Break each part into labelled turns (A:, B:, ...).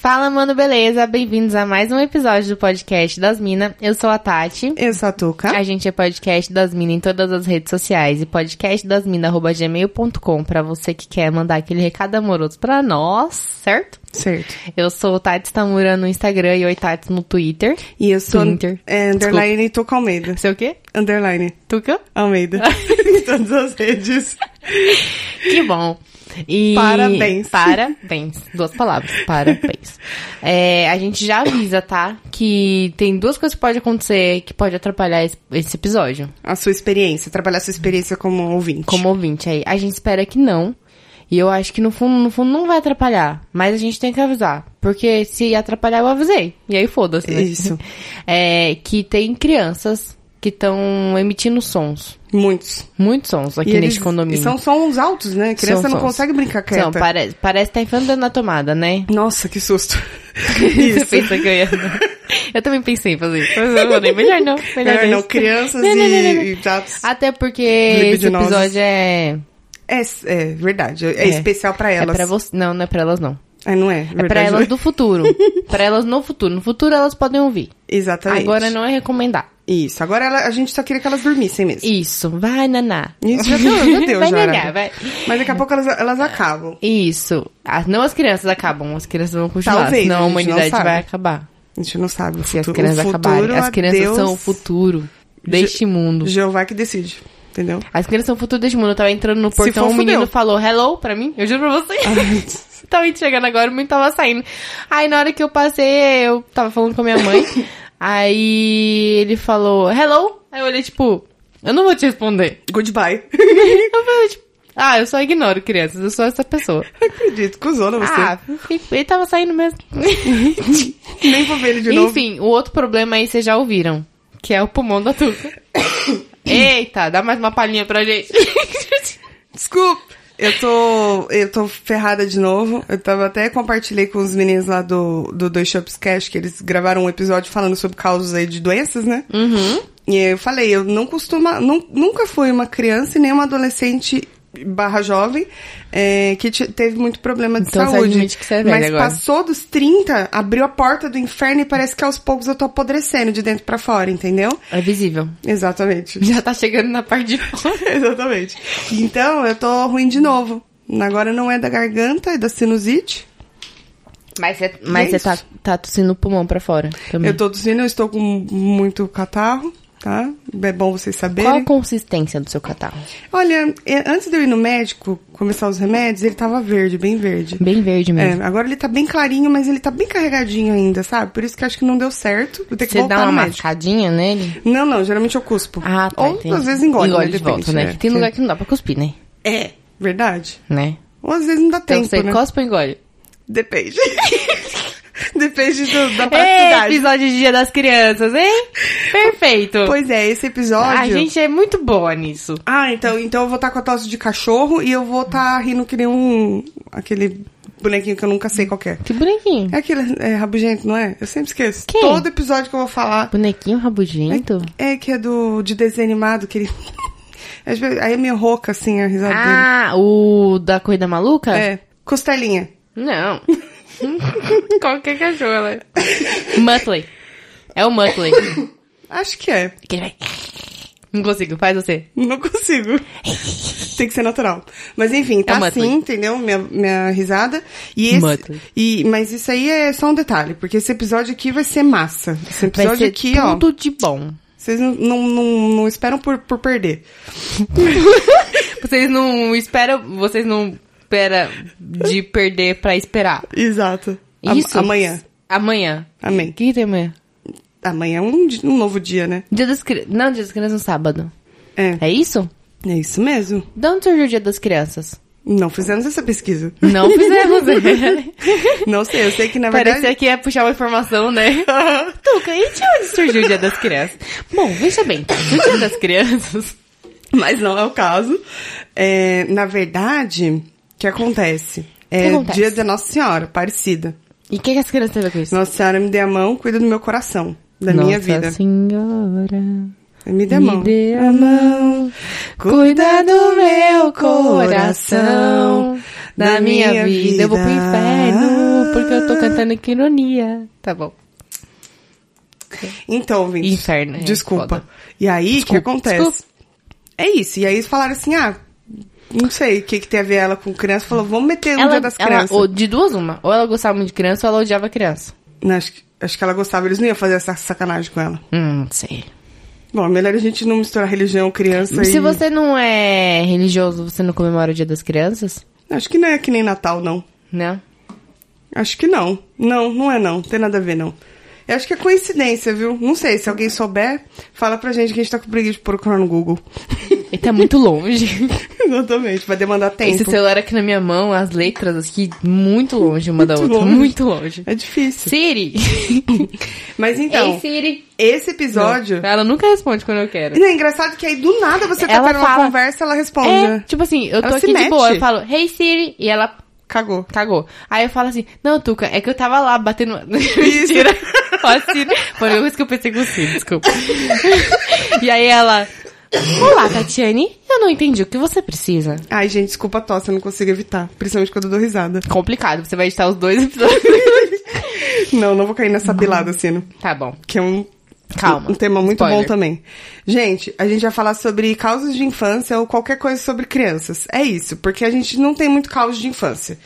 A: Fala, mano, beleza? Bem-vindos a mais um episódio do podcast das Minas. Eu sou a Tati.
B: Eu sou a Tuca.
A: A gente é podcast das Minas em todas as redes sociais e podcastdasmina.gmail.com pra você que quer mandar aquele recado amoroso pra nós, certo?
B: Certo.
A: Eu sou o Tati Tamura no Instagram e Oi Tati no Twitter.
B: E eu sou
A: Twitter.
B: É, underline Tuca Almeida.
A: Sei é o quê?
B: Underline
A: Tuca?
B: Almeida. em todas as redes.
A: Que bom. E-
B: Parabéns.
A: Parabéns. Duas palavras. Parabéns. É, a gente já avisa, tá? Que tem duas coisas que pode acontecer que pode atrapalhar esse, esse episódio.
B: A sua experiência, trabalhar a sua experiência como ouvinte.
A: Como ouvinte aí. A gente espera que não. E eu acho que no fundo, no fundo não vai atrapalhar. Mas a gente tem que avisar. Porque se atrapalhar, eu avisei. E aí foda-se, né?
B: Isso.
A: É, que tem crianças que estão emitindo sons.
B: Muitos.
A: Muitos sons aqui
B: e
A: neste
B: eles-
A: condomínio.
B: E são sons altos, né? A criança
A: São
B: não
A: sons.
B: consegue brincar quieta.
A: Não, parece, parece que tá enfiando na tomada, né?
B: Nossa, que susto.
A: Você pensa que eu ia. Eu também pensei em fazer isso. Mas eu falei, melhor não. Melhor,
B: Melhor não,
A: isso.
B: crianças
A: Não,
B: e,
A: não, não, não, não.
B: e tá- gatos.
A: Até porque esse
B: Libidinosos.
A: episódio é.
B: É, é verdade. É, especial pra elas.
A: É pra você. Não, não é pra elas, não.
B: É, não é?
A: É pra elas do futuro. pra elas no futuro. No futuro elas podem ouvir.
B: Exatamente.
A: Agora não é recomendar.
B: Isso. Agora ela- a gente só queria que elas dormissem mesmo.
A: Isso. Vai, Naná.
B: Isso já deu, já deu,
A: vai,
B: já.
A: Naná, vai.
B: Mas daqui a pouco elas, elas acabam.
A: Isso. As- não as crianças acabam, as crianças vão continuar.
B: Talvez,
A: senão
B: a
A: a
B: gente
A: humanidade
B: não sabe.
A: vai acabar.
B: A gente não sabe o
A: Se as
B: futuro.
A: crianças
B: o futuro,
A: acabarem. As crianças
B: adeus,
A: são o futuro deste mundo.
B: Jeová que decide, entendeu?
A: As crianças são o futuro deste mundo. Eu tava entrando no
B: Se
A: portão,
B: for,
A: um menino
B: fudeu.
A: falou hello pra mim. Eu juro pra você. tava indo chegando agora, o menino tava saindo. Aí na hora que eu passei, eu tava falando com a minha mãe. aí ele falou hello. Aí eu olhei tipo, eu não vou te responder.
B: Goodbye.
A: Eu falei tipo, ah, eu só ignoro crianças, eu sou essa pessoa.
B: Acredito, cuzona você.
A: Ah, ele tava saindo mesmo.
B: Nem vou ver ele de novo.
A: Enfim, o outro problema aí vocês já ouviram, que é o pulmão da Tuca. Eita, dá mais uma palhinha pra gente.
B: Desculpa. Eu tô, eu tô ferrada de novo. Eu tava até compartilhei com os meninos lá do, do Dois Shops Cash, que eles gravaram um episódio falando sobre causas aí de doenças, né?
A: uhum.
B: E eu falei, eu não costumo, nun- nunca fui uma criança e nem uma adolescente barra jovem é, que te- teve muito problema de
A: Então você
B: saúde.
A: admite que você é velha
B: Mas
A: agora.
B: passou dos 30, abriu a porta do inferno e parece que aos poucos eu tô apodrecendo de dentro pra fora, entendeu?
A: É visível.
B: Exatamente.
A: Já tá chegando na parte de fora.
B: Exatamente. Então, eu tô ruim de novo. Agora não é da garganta, é da sinusite.
A: Mas você, mas
B: E é
A: você tá,
B: isso.
A: tá tossindo o pulmão pra fora também.
B: Eu tô tossindo, eu estou com muito catarro, tá? É bom vocês saberem.
A: Qual a consistência do seu catarro?
B: Olha, é, antes de eu ir no médico, começar os remédios, ele tava verde, bem verde.
A: Bem verde
B: É,
A: mesmo.
B: agora ele tá bem clarinho, mas ele tá bem carregadinho ainda, sabe? Por isso que eu acho que não deu certo. Vou ter que
A: Você
B: É, voltar
A: dá uma
B: no médico.
A: mascadinha nele?
B: Não, não, geralmente eu cuspo.
A: Ah, tá.
B: Ou
A: entendi.
B: às vezes engole,
A: Engole
B: né?
A: de
B: Depende,
A: volta, né? Que tem lugar que não dá pra cuspir, né?
B: É, verdade.
A: Né?
B: Ou às vezes não dá
A: Então
B: tempo,
A: você
B: né?
A: cospe ou engole?
B: Depende. Depende do- da
A: Ei,
B: praticidade.
A: É, episódio de Dia das Crianças, hein? Perfeito.
B: Pois é, esse episódio...
A: A gente é muito boa nisso.
B: Ah, então, então eu vou estar com a tosse de cachorro e eu vou estar rindo que nem um... Aquele bonequinho que eu nunca sei qual que é.
A: Que bonequinho.
B: É aquele é, rabugento, não é? Eu sempre esqueço.
A: Quem?
B: Todo episódio que eu vou falar
A: Bonequinho rabugento?
B: é que é do de desenho animado que ele. Às vezes- Aí é meio rouca, assim, a risada dele.
A: Ah, o da corrida maluca?
B: É. Costelinha.
A: Não. Qualquer cachorro, né? Muttley. É o Muttley.
B: Acho que é.
A: Que ele vai... Não consigo, faz você.
B: Não consigo. Tem que ser natural. Mas enfim, tá
A: É o Muttley.
B: assim, entendeu? Minha, minha risada. E esse-
A: Muttley.
B: e Mas isso aí é só um detalhe, porque esse episódio aqui vai ser massa. Esse
A: Vai
B: episódio
A: ser
B: aqui, ó.
A: tudo de bom.
B: Vocês não, não, não, não esperam por, por perder.
A: Vocês não esperam... Vocês não esperam de perder pra esperar.
B: Exato. Am-
A: Isso.
B: Amanhã.
A: Amanhã. O
B: Amém.
A: que que tem amanhã?
B: Amanhã é um, di- um novo dia, né?
A: Dia das Crianças... Não, Dia das Crianças no sábado.
B: É.
A: É isso?
B: É isso mesmo.
A: De onde surgiu o Dia das Crianças?
B: Não fizemos essa pesquisa.
A: Não fizemos. né?
B: Não sei, eu sei que na
A: Parecia
B: verdade.
A: que ia puxar uma informação, né? Tuca, e de onde surgiu o Dia das Crianças? Bom, veja bem, o Dia das Crianças...
B: Mas não é o caso. É, na verdade, o que acontece?
A: Que
B: É
A: acontece?
B: dia da Nossa Senhora, parecida.
A: E o que, que as crianças têm a ver com isso?
B: Nossa Senhora me dê a mão, cuida do meu coração, da minha vida.
A: senhora,
B: Me dê a
A: me
B: mão.
A: dê a mão, cuida do meu coração, da minha vida. Eu vou pro inferno porque eu tô cantando com ironia. Tá bom.
B: Então, Vinte.
A: Inferno, é,
B: Desculpa.
A: foda.
B: E aí, o que
A: Desculpa,
B: acontece?
A: desculpa.
B: É isso. E aí eles falaram assim, ah, não sei o que, que tem a ver ela com criança. Falou, vamos meter no
A: Ela,
B: dia das
A: ela,
B: crianças.
A: ou de duas, uma. Ou ela gostava muito de criança ou ela odiava criança.
B: Não, acho, que- acho que ela gostava, eles não iam fazer essa sacanagem com ela.
A: Hum, não sei.
B: Bom, é melhor a gente não misturar religião, criança
A: Se
B: e...
A: você não é religioso, você não comemora o Dia das Crianças?
B: Acho que não é que nem Natal, não.
A: Né?
B: Acho que não. Não, não é não. Tem nada a ver, não. Eu acho que é coincidência, viu? Não sei, se alguém souber, fala pra gente que a gente tá com preguiça de procurar no Google.
A: E tá muito longe.
B: Exatamente, vai demandar tempo.
A: Esse celular aqui na minha mão, as letras aqui, muito longe uma da
B: Muito
A: outra.
B: longe.
A: Muito longe.
B: É difícil.
A: Siri!
B: Mas então,
A: Ei, Siri!
B: esse episódio...
A: Ela nunca responde quando eu quero.
B: E é engraçado que aí do nada você tá
A: Ela
B: tendo uma
A: fala-
B: conversa ela responde.
A: É,
B: né?
A: tipo assim, eu tô
B: Ela se
A: aqui de
B: mete.
A: boa, eu falo, hey Siri, e ela
B: Cagou.
A: cagou. Aí eu falo assim, não, Tuca, é que eu tava lá batendo.
B: Isso.
A: Mentira! Ó, a Siri. Foi a única coisa que eu pensei com o Siri, desculpa. e aí ela. Olá, Tatiane, eu não entendi o que você precisa.
B: Ai, gente, desculpa a tosse, eu não consigo evitar. Principalmente quando eu dou risada.
A: Complicado, você vai editar os dois episódios.
B: Não, não vou cair nessa pilada, Sino.
A: tá bom.
B: Que é um,
A: Calma.
B: um tema muito
A: Spoiler.
B: bom também. Gente, a gente vai falar sobre causas de infância ou qualquer coisa sobre crianças. É isso, porque a gente não tem muito caos de infância.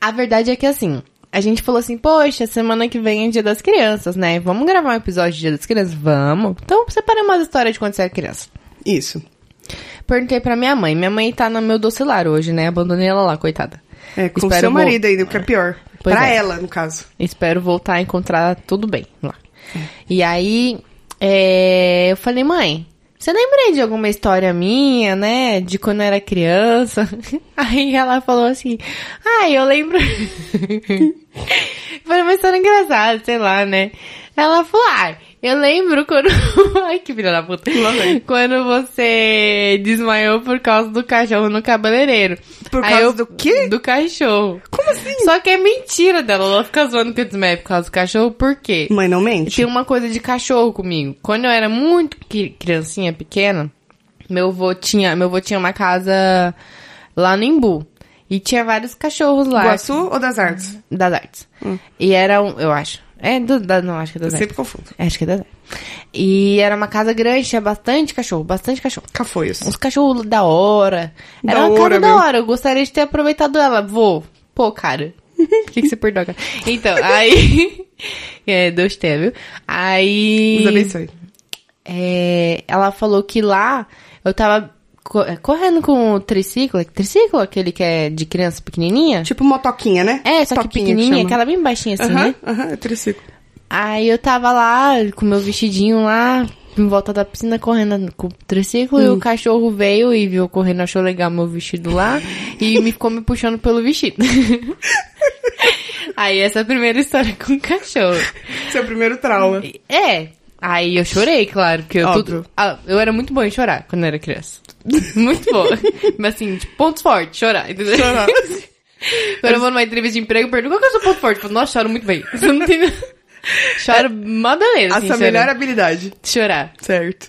A: A verdade é que assim, a gente falou assim, poxa, semana que vem é dia das crianças, né? Vamos gravar um episódio de dia das crianças? Vamos. Então separamos as histórias de quando você era criança.
B: Isso.
A: Perguntei pra minha mãe. Minha mãe tá no meu docilar hoje, né? Abandonei ela lá, coitada.
B: É, com
A: Espero
B: seu
A: vo-
B: marido ainda, o que é pior.
A: Pois
B: pra
A: é.
B: ela, no caso.
A: Espero voltar a encontrar tudo bem lá. E aí, é, eu falei, mãe, você lembra aí de alguma história minha, né? De quando eu era criança? Aí ela falou assim, ah, eu lembro. Foi uma história engraçada, sei lá, né? Ela falou, ah, eu lembro quando. Ai, que filha da puta.
B: Lá vem.
A: Quando você desmaiou por causa do cachorro no cabeleireiro.
B: Por
A: Aí
B: causa
A: eu-
B: do quê?
A: Do cachorro.
B: Como assim?
A: Só que é mentira dela. Ela fica zoando que eu desmaio por causa do cachorro, por quê?
B: Mãe, não mente.
A: Tem uma coisa de cachorro comigo. Quando eu era muito cri- criancinha, pequena, meu avô tinha, meu avô tinha uma casa lá no Imbu. E tinha vários cachorros lá.
B: Guaçu ou das artes?
A: Das artes. E era um, eu acho. É, do, da, não, acho que é
B: Eu
A: das artes.
B: sempre confundo.
A: Acho que é das artes. E era uma casa grande, tinha bastante cachorro, bastante cachorro.
B: Cafoios.
A: Uns cachorros da hora.
B: Da
A: Era uma
B: hora
A: casa da
B: mesmo.
A: hora. Eu gostaria de ter aproveitado ela. Vou. Pô, cara. Por que, que você perdoa, cara? Então, aí. é, Deus te, viu? Aí.
B: Deus abençoe.
A: É, ela falou que lá eu tava co- é, correndo com o triciclo. Triciclo, aquele que é de criança pequenininha?
B: Tipo motoquinha, né?
A: é, só que
B: Toquinha
A: pequenininha,
B: chama.
A: aquela bem baixinha assim,
B: Aham,
A: né?
B: aham, é triciclo.
A: Aí eu tava lá com meu vestidinho lá, em volta da piscina, correndo com o triciclo,
B: Hum.
A: e o cachorro veio e viu eu correndo, achou legal meu vestido lá, e me ficou me puxando pelo vestido. Aí essa é a primeira história com o cachorro.
B: Seu primeiro trauma.
A: É. Aí eu chorei, claro, porque eu,
B: Óbvio.
A: tudo, Ah, eu era muito boa em chorar quando eu era criança. Muito boa. Mas assim, tipo, pontos fortes, chorar, entendeu?
B: Chorar.
A: Quando eu vou numa entrevista de emprego, eu pergunto qual que é o seu ponto forte? Eu falo, nossa, choro muito bem. Você não tem... Choro mó beleza,
B: A
A: assim,
B: sua
A: chorando.
B: melhor é- habilidade.
A: Chorar.
B: Certo.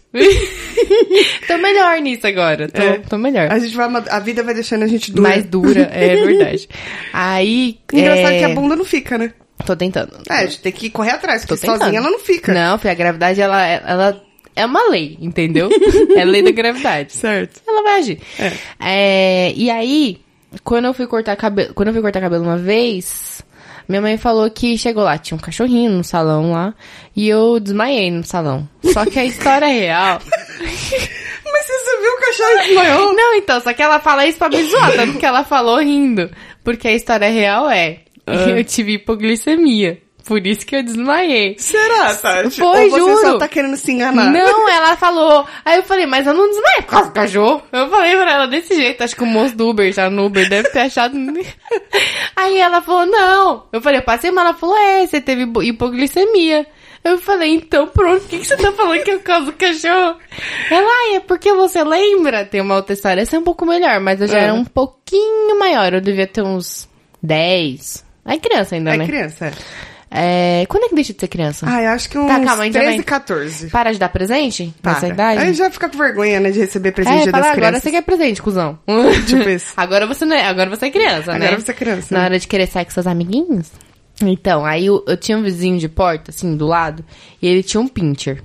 A: tô melhor nisso agora. Tô,
B: É.
A: tô melhor.
B: A, gente vai, amad- a vida vai deixando a gente dura.
A: Mais dura, é verdade. Aí.
B: Engraçado
A: é,
B: que a bunda não fica, né?
A: Tô tentando.
B: É, a gente tem que correr atrás,
A: Tô
B: porque
A: tentando.
B: sozinha ela não fica.
A: Não, filho, a gravidade, ela, ela é uma lei, entendeu? é lei da gravidade.
B: Certo.
A: Ela vai agir. É, e aí, quando eu fui cortar cabelo. Quando eu fui cortar cabelo uma vez, minha mãe falou que chegou lá, tinha um cachorrinho no salão lá, e eu desmaiei no salão. Só que a história é real.
B: Mas você viu o cachorro desmaiou?
A: Não, então, só que ela fala isso pra me zoar, tanto que ela falou rindo. Porque a história real é: eu tive hipoglicemia. Por isso que eu desmaiei.
B: Será, Tati?
A: Foi,
B: Ou você
A: juro.
B: só tá querendo se enganar?
A: Não, ela falou. Aí eu falei, mas eu não desmaiei por causa do cachorro. Eu falei pra ela desse jeito. Acho que o moço do Uber, já no Uber, deve ter achado. Aí ela falou, não. Eu falei, eu passei mal. Ela falou, é, você teve hipo- hipoglicemia. Eu falei, então pronto, por que, que você tá falando que é por causa do cachorro? Ela, ai, é porque você lembra? Tem uma outra história, essa é um pouco melhor, mas eu já era
B: Ah.
A: um pouquinho maior, eu devia ter uns 10. É criança ainda,
B: É
A: né?
B: criança, é.
A: É, Quando é que deixa de ser criança?
B: Ah, eu acho que uns
A: Tá, calma, a gente
B: 13,
A: vai-
B: 14.
A: Para de dar presente? Nessa
B: Para.
A: idade?
B: Aí já fica com vergonha, né, de receber presente
A: é,
B: dia
A: fala,
B: das
A: agora
B: crianças.
A: você quer presente, cuzão.
B: Tipo isso.
A: Agora você não é, agora você é criança, né?
B: Agora você é criança,
A: Na
B: né?
A: hora de querer sair com seus amiguinhos? Então, aí eu, eu tinha um vizinho de porta, assim, do lado, e ele tinha um pincher.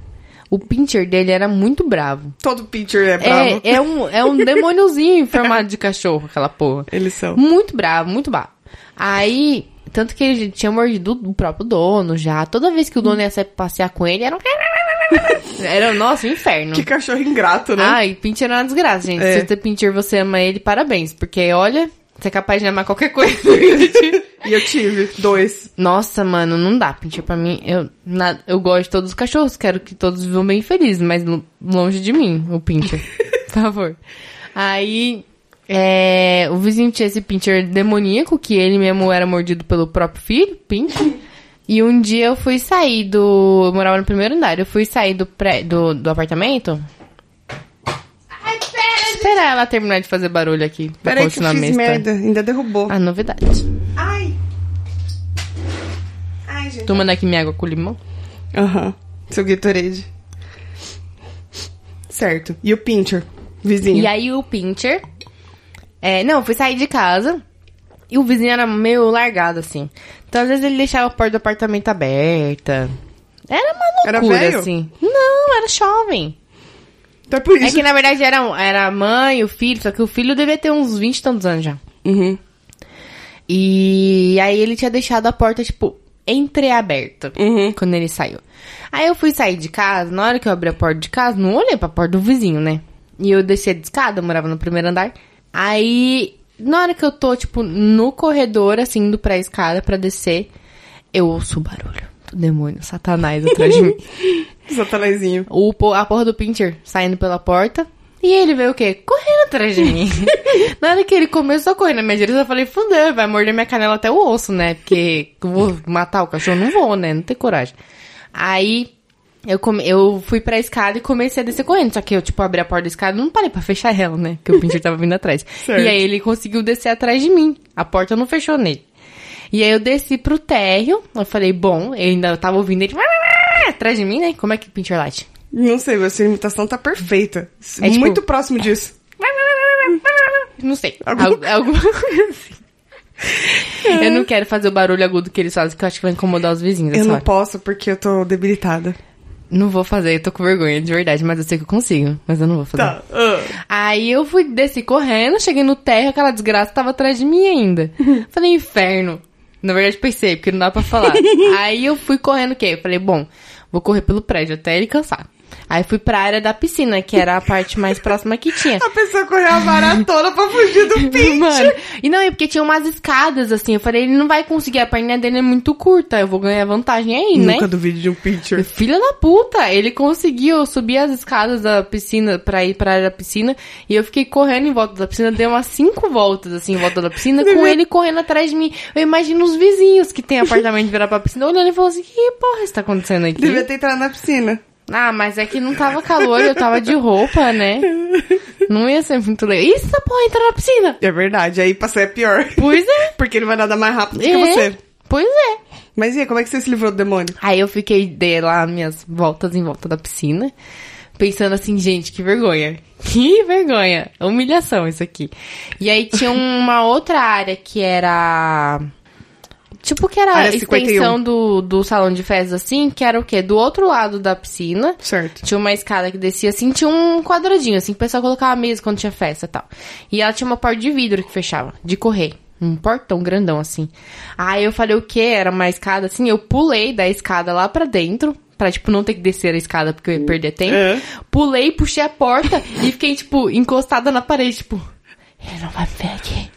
A: O pincher dele era muito bravo.
B: Todo pitcher é bravo.
A: É, é um, é um demôniozinho em formato de cachorro, aquela porra.
B: Eles são.
A: Muito bravo, muito bravo. Aí, tanto que ele tinha mordido o próprio dono já. Toda vez que o dono ia sair passear com ele, era um... Era, nossa, um inferno.
B: Que cachorro ingrato, né?
A: Ai, Pinter é uma desgraça, gente.
B: É.
A: Se você Pinter, você ama ele, parabéns. Porque, olha, você é capaz de amar qualquer coisa.
B: E eu tive dois.
A: Nossa, mano, não dá. Pinter pra mim, eu, na- eu gosto de todos os cachorros. Quero que todos vivam bem felizes, mas lo- longe de mim, o Pinter. Por favor. Aí, é, o vizinho tinha esse Pinter demoníaco, que ele mesmo era mordido pelo próprio filho, Pinter. E um dia eu fui sair do... Eu morava no primeiro andar. Eu fui sair do, pré, do, do apartamento... Espera ela terminar de fazer barulho aqui. pra
B: Peraí que eu
A: continuar Tá a
B: fiz
A: minha história. Ah.
B: merda. Ainda derrubou.
A: A novidade.
B: Ai. Ai, gente.
A: Tomando aqui minha água com limão.
B: Aham. Seu Gatorade. Certo. E o Pincher, vizinho.
A: E aí o Pincher. É, não, eu fui sair de casa. E o vizinho era meio largado, assim. Então, às vezes, ele deixava a porta do apartamento aberta. Era uma
B: Era
A: loucura,
B: velho?
A: assim. Não, era jovem.
B: Então é por
A: É
B: isso.
A: que, na verdade, era, era a mãe, o filho. Só que o filho devia ter uns 20 e tantos anos já.
B: Uhum.
A: E aí ele tinha deixado a porta, tipo, entreaberta
B: Uhum.
A: quando ele saiu. Aí eu fui sair de casa, na hora que eu abri a porta de casa, não olhei pra porta do vizinho, né? E eu descia de escada, eu morava no primeiro andar. Aí, na hora que eu tô, tipo, no corredor, assim, indo pra escada pra descer, eu ouço o barulho do demônio, satanás atrás de mim.
B: tá Satanazinho.
A: O, po- a porra do Pinter saindo pela porta. E ele veio o quê? Correndo atrás de mim. Na hora que ele começou a correr na minha direção, eu falei, fudeu, vai morder minha canela até o osso, né? Porque eu vou matar o cachorro, não vou, né? Não tem coragem. Aí eu, come- eu fui pra escada e comecei a descer correndo. Só que eu, tipo, abri a porta da escada e não parei pra fechar ela, né? Porque o Pinter tava vindo atrás.
B: Certo.
A: E aí ele conseguiu descer atrás de mim. A porta não fechou nele. E aí eu desci pro térreo. Eu falei, bom, eu ainda tava ouvindo ele atrás de mim, né? Como é que Pinter late?
B: Não sei, mas sua imitação tá perfeita.
A: É tipo-
B: Muito próximo disso.
A: Não sei.
B: Alguma
A: Algu- alguma coisa assim. Eu não quero fazer o barulho agudo que eles fazem, que eu acho que vai incomodar os vizinhos.
B: Eu
A: essa
B: não
A: hora.
B: posso porque eu tô debilitada.
A: não vou fazer, eu tô com vergonha, de verdade, mas eu sei que eu consigo. Mas eu não vou fazer.
B: Tá. ah.
A: Aí eu fui, desci correndo, cheguei no térreo, aquela desgraça tava atrás de mim ainda. Falei, inferno. Na verdade, pensei, porque não dá pra falar. Aí eu fui correndo o quê? Eu falei, bom, vou correr pelo prédio até ele cansar. Aí fui pra área da piscina, que era a parte mais próxima que tinha.
B: A pessoa correu a maratona pra fugir do pincher.
A: Mano, e não, é porque tinha umas escadas, assim. Eu falei, ele não vai conseguir, a perninha dele é muito curta, eu vou ganhar vantagem aí,
B: Nunca
A: né?
B: duvide de um pincher.
A: Filha da puta, ele conseguiu subir as escadas da piscina pra ir pra área da piscina e eu fiquei correndo em volta da piscina, dei umas cinco voltas assim em volta da piscina com ele correndo atrás de mim. Eu imagino os vizinhos que tem apartamento virar pra piscina olhando e falando assim: que porra está acontecendo aqui?
B: Devia ter entrado na piscina.
A: Ah, mas é que não tava calor, eu tava de roupa, né? Não ia ser muito legal. Isso, essa porra entra na piscina!
B: É verdade, aí passou é pior.
A: Pois é!
B: Porque ele vai nadar mais rápido do que
A: É,
B: você.
A: Pois é.
B: Mas e aí, como é que você se livrou do demônio?
A: Aí eu fiquei, dei lá minhas voltas em volta da piscina, pensando assim, gente, que vergonha. Que vergonha. Humilhação isso aqui. E aí tinha uma outra área que era. Tipo que era a
B: Área
A: extensão
B: 51.
A: do, do salão de festas, assim, que era o quê? Do outro lado da piscina.
B: Certo.
A: Tinha uma escada que descia assim, tinha um quadradinho, assim, que o pessoal colocava a mesa quando tinha festa e tal. E ela tinha uma porta de vidro que fechava, de correr. Um portão grandão, assim. Aí eu falei o quê? Era uma escada, assim, eu pulei da escada lá pra dentro. Pra, tipo, não ter que descer a escada porque eu ia perder tempo.
B: É.
A: Pulei, puxei a porta e fiquei, tipo, encostada na parede, tipo... Ele não vai me ver aqui.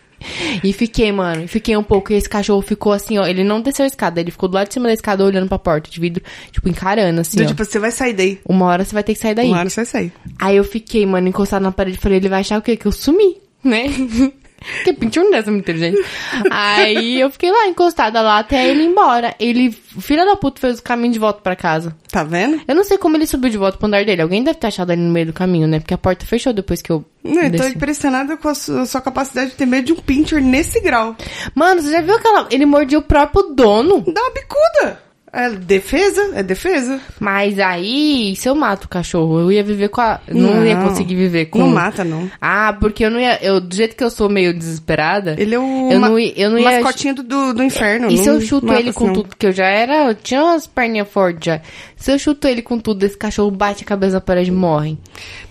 A: E fiquei, mano, e fiquei um pouco. E esse cachorro ficou assim, ó. Ele não desceu a escada, ele ficou do lado de cima da escada olhando pra porta de vidro, tipo, encarando, assim.
B: Então,
A: ó.
B: tipo, você vai sair daí.
A: Uma hora você vai ter que sair daí.
B: Uma hora você vai sair.
A: Aí eu fiquei, mano, encostado na parede. Falei, ele vai achar o quê? Que eu sumi, né? Porque pintinho não é muito inteligente. Aí eu fiquei lá, encostada lá, até ele ir embora. Ele, filha da puta, fez o caminho de volta pra casa.
B: Tá vendo?
A: Eu não sei como ele subiu de volta pro andar dele. Alguém deve ter achado ele no meio do caminho, né? Porque a porta fechou depois que eu
B: Não, eu É, tô
A: desci.
B: impressionada com a su- a sua capacidade de ter medo de um pincher nesse grau.
A: Mano, você já viu aquela... Ele mordia o próprio dono.
B: Dá uma bicuda! É defesa, é defesa.
A: Mas aí, se eu mato o cachorro, eu ia viver com a. Não,
B: Não.
A: ia conseguir viver com.
B: Não mata, não.
A: Ah, porque eu não ia. Eu, do jeito que eu sou meio desesperada.
B: Ele é o
A: Eu
B: ma-
A: não i- eu não ia-
B: mascotinho do- do, do inferno.
A: E se
B: não
A: eu chuto
B: mata,
A: ele com
B: não.
A: tudo que eu já era, eu tinha umas perninhas fortes já. Se eu chuto ele com tudo, esse cachorro bate a cabeça na parede e morre.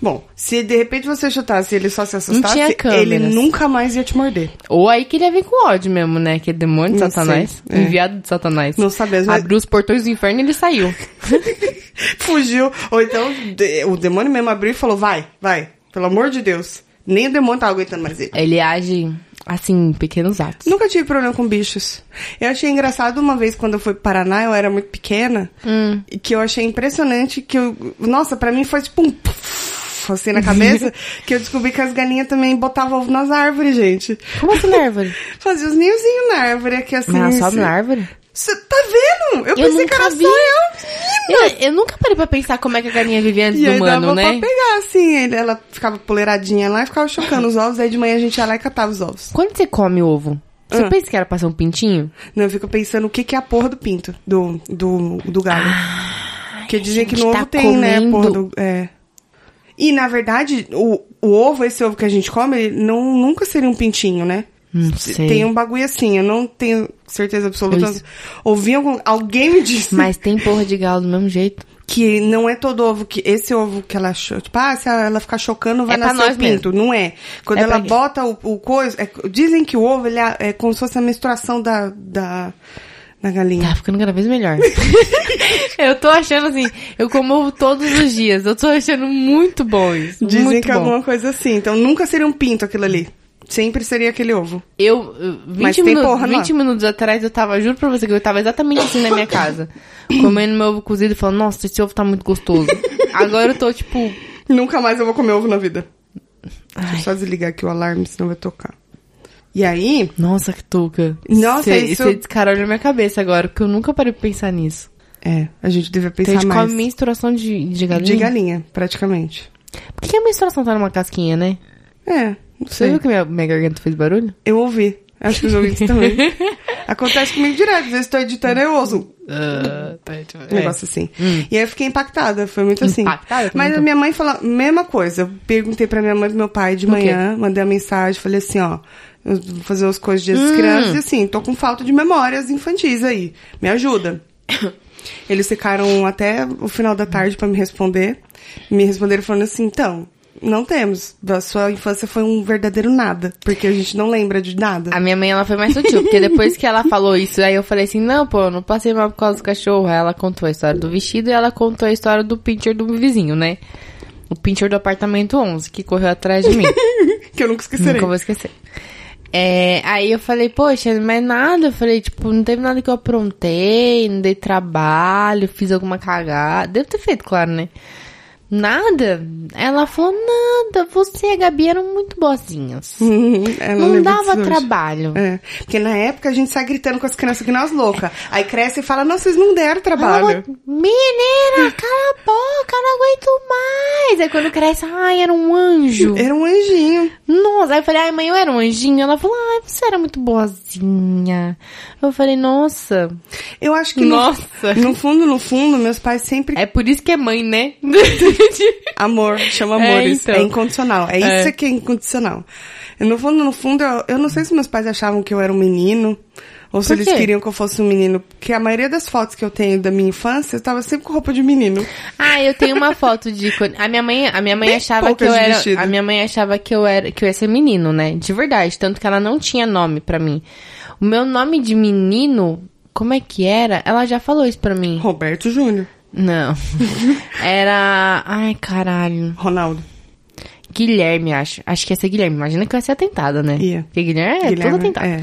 B: Bom, se de repente você chutasse e ele só se assustasse,
A: tinha
B: ele
A: câmeras.
B: nunca mais ia te morder.
A: Ou aí queria vir com ódio mesmo, né? Que é demônio de
B: Não
A: Satanás.
B: sei, é.
A: Enviado de Satanás.
B: Não sabemos, mas-
A: Abriu os portões do inferno e ele saiu.
B: Fugiu. Ou então de- o demônio mesmo abriu e falou: vai, vai, pelo amor de Deus. Nem o demônio tá aguentando mais ele.
A: ele age, assim, em pequenos atos.
B: Nunca tive problema com bichos. Eu achei engraçado uma vez quando eu fui pro Paraná, eu era muito pequena,
A: Hum.
B: e que eu achei impressionante que eu. Nossa, pra mim foi tipo um. puff, Assim na cabeça, que eu descobri que as galinhas também botavam ovo nas árvores, gente.
A: Como assim na árvore?
B: Fazia os ninhozinhos na árvore, aqui assim.
A: Mas ela sobe
B: assim.
A: na árvore?
B: Cê tá vendo? Eu, pensei que
A: nunca
B: era
A: vi.
B: só eu.
A: Eu, eu nunca parei pra pensar como é que a galinha vivia antes
B: E
A: do
B: aí
A: humano,
B: dava
A: né?
B: pra pegar, assim. ele- Ela ficava poleiradinha lá e ficava chocando os ovos. Aí de manhã a gente ia lá e catava os ovos.
A: Quando você come ovo, você
B: Ah.
A: pensa que era pra ser um pintinho?
B: Não, eu fico pensando o que, que é a porra do pinto, do, do, do galo. Porque dizem que
A: gente
B: no ovo
A: tá
B: tem, né? a Porra
A: comendo.
B: do, é. E na verdade, o, o ovo, esse ovo que a gente come, ele não, nunca seria um pintinho, né?
A: Não sei.
B: Tem um bagulho assim, eu não tenho certeza absoluta.
A: Isso.
B: Ouvi algum, alguém me disse.
A: Mas tem porra de galo do mesmo jeito.
B: que não é todo ovo que esse ovo que ela cho- tipo ah se ela ficar chocando vai
A: É pra
B: nascer o
A: nós
B: pinto não é quando
A: É
B: ela
A: pra quê?
B: bota o, o coisa é- dizem que o ovo ele é, é como se fosse a menstruação da da, da galinha
A: Tá ficando cada vez melhor. eu tô achando assim, eu como ovo todos os dias. Eu tô achando muito bom isso.
B: dizem
A: muito
B: que é
A: bom.
B: alguma coisa assim então nunca seria um pinto aquilo ali sempre seria aquele ovo
A: Eu, eu, 20,
B: Mas tem
A: minutos,
B: porra, não é?
A: 20 minutos atrás, eu tava, juro pra você que eu tava exatamente assim na minha casa. comendo meu ovo cozido e falando, nossa, esse ovo tá muito gostoso. Agora eu tô tipo.
B: nunca mais eu vou comer ovo na vida Deixa eu
A: ai,
B: só desligar aqui o alarme senão vai tocar e aí
A: nossa, que tuca.
B: Nossa,
A: Cê-
B: isso-
A: cê descaralhou na minha cabeça agora, porque eu nunca parei pra pensar nisso.
B: é a gente devia
A: Então a
B: pensar
A: gente
B: mais
A: come menstruação de, de galinha.
B: de galinha praticamente
A: Por que a menstruação tá numa casquinha, né?
B: é não
A: Você
B: sei
A: viu que minha, minha garganta fez barulho?
B: Eu ouvi. Acho que os ouvintes também. Acontece comigo direto. Às vezes tô editando eu ouço
A: Ah, tá, deixa eu
B: um
A: ver.
B: negócio assim. E aí eu fiquei impactada. Foi muito assim.
A: Hum. Impactada? então. Foi
B: Mas
A: muito-
B: a minha mãe falou a mesma coisa. Eu perguntei pra minha mãe e pro meu pai de
A: O quê?
B: manhã. Mandei uma mensagem. Falei assim, ó. eu Vou fazer as coisas de
A: Hum.
B: crianças. E assim, tô com falta de memórias infantis aí. Me ajuda. Eles ficaram até o final da tarde pra me responder. Me responderam falando assim, então... Não temos. A sua infância foi um verdadeiro nada. Porque a gente não lembra de nada.
A: A minha mãe, ela foi mais sutil, porque depois que ela falou isso, aí eu falei assim, não, pô, eu não passei mal por causa do cachorro. Aí ela contou a história do vestido e ela contou a história do pincher do vizinho, né? O pincher do apartamento 11, que correu atrás de mim.
B: Que eu nunca esquecerei.
A: Nunca vou esquecer. É, aí eu falei, poxa, não é nada. Eu falei, tipo, não teve nada que eu aprontei, não dei trabalho, fiz alguma cagada. Devo ter feito, claro, né? Nada. Ela falou, nada, você e a Gabi eram muito boazinhas.
B: Uhum, ela
A: não
B: lembra
A: dava
B: disso hoje.
A: trabalho.
B: É, porque na época a gente sai gritando com as crianças que nós loucas. Aí cresce e fala, não, vocês não deram
A: Ela
B: trabalho.
A: falou, Menina, cala a boca, não aguento mais. Aí quando cresce, ai, era um anjo.
B: Era um anjinho.
A: Nossa, aí eu falei, ai, mãe, eu era um anjinho. Ela falou, ai, você era muito boazinha. Eu falei, nossa.
B: Eu acho que no-
A: Nossa.
B: No, fundo, no fundo, meus pais sempre...
A: É por isso que é mãe, né?
B: Amor, chama
A: É,
B: amores. É,
A: então.
B: incondicional. É,
A: É.
B: isso que é incondicional. E No fundo, no fundo, eu, eu não sei se meus pais achavam que eu era um menino. Ou se
A: Por
B: eles
A: quê?
B: queriam que eu fosse um menino. Porque a maioria das fotos que eu tenho da minha infância, eu tava sempre com roupa de menino.
A: ah, eu tenho uma foto de quando- a minha mãe, a minha mãe
B: Bem
A: achava que
B: poucas
A: eu
B: de
A: era,
B: vestido.
A: a minha mãe achava que eu era, que eu ia ser menino, né? De verdade, tanto que ela não tinha nome pra mim. O meu nome de menino, como é que era? Ela já falou isso pra mim.
B: Roberto Júnior.
A: Não. Era. Ai, caralho.
B: Ronaldo.
A: Guilherme, acho. Acho que ia ser Guilherme. Imagina que eu ia ser atentada, né?
B: Ia.
A: Porque Guilherme é todo atentado.
B: é.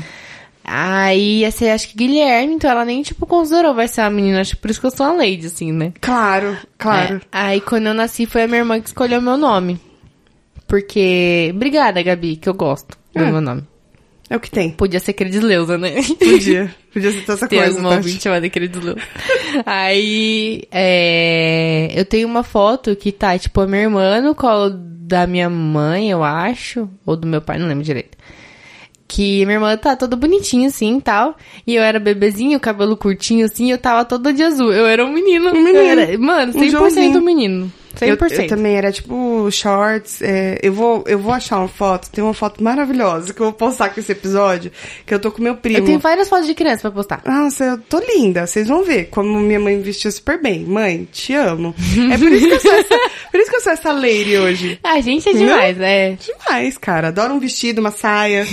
A: Aí ia ser, acho que Guilherme, então ela nem, tipo, considerou vai ser uma menina. Acho que por isso que eu sou uma lady, assim, né?
B: Claro, claro.
A: É. Aí quando eu nasci foi a minha irmã que escolheu meu nome. Porque. Obrigada, Gabi, que eu gosto do
B: É.
A: meu nome.
B: É o que tem.
A: Podia ser Cris Leusa, né?
B: Podia. Podia citar essa
A: Tem
B: coisa. tá?
A: alguma
B: Tati.
A: ouvinte chamada Querido Lu. Aí, é, eu tenho uma foto que tá, tipo, a minha irmã no colo da minha mãe, eu acho, ou do meu pai, não lembro direito. Que minha irmã tá toda bonitinha, assim, e tal. E eu era bebezinho, cabelo curtinho, assim, e eu tava toda de azul. Eu era um menino.
B: Um menino.
A: Eu era- mano, 100%
B: Joãozinho.
A: um menino. 100%.
B: Eu, eu também era tipo shorts. é, eu, vou, eu vou achar uma foto. Tem uma foto maravilhosa que eu vou postar com esse episódio. Que eu tô com meu primo.
A: Eu tenho várias fotos de criança pra postar.
B: Nossa, eu tô linda. Vocês vão ver como minha mãe me vestiu super bem. Mãe, te amo. É por isso que eu sou essa, por isso que eu sou essa lady hoje.
A: A gente é demais, né?
B: Demais, cara. Adoro um vestido, uma saia.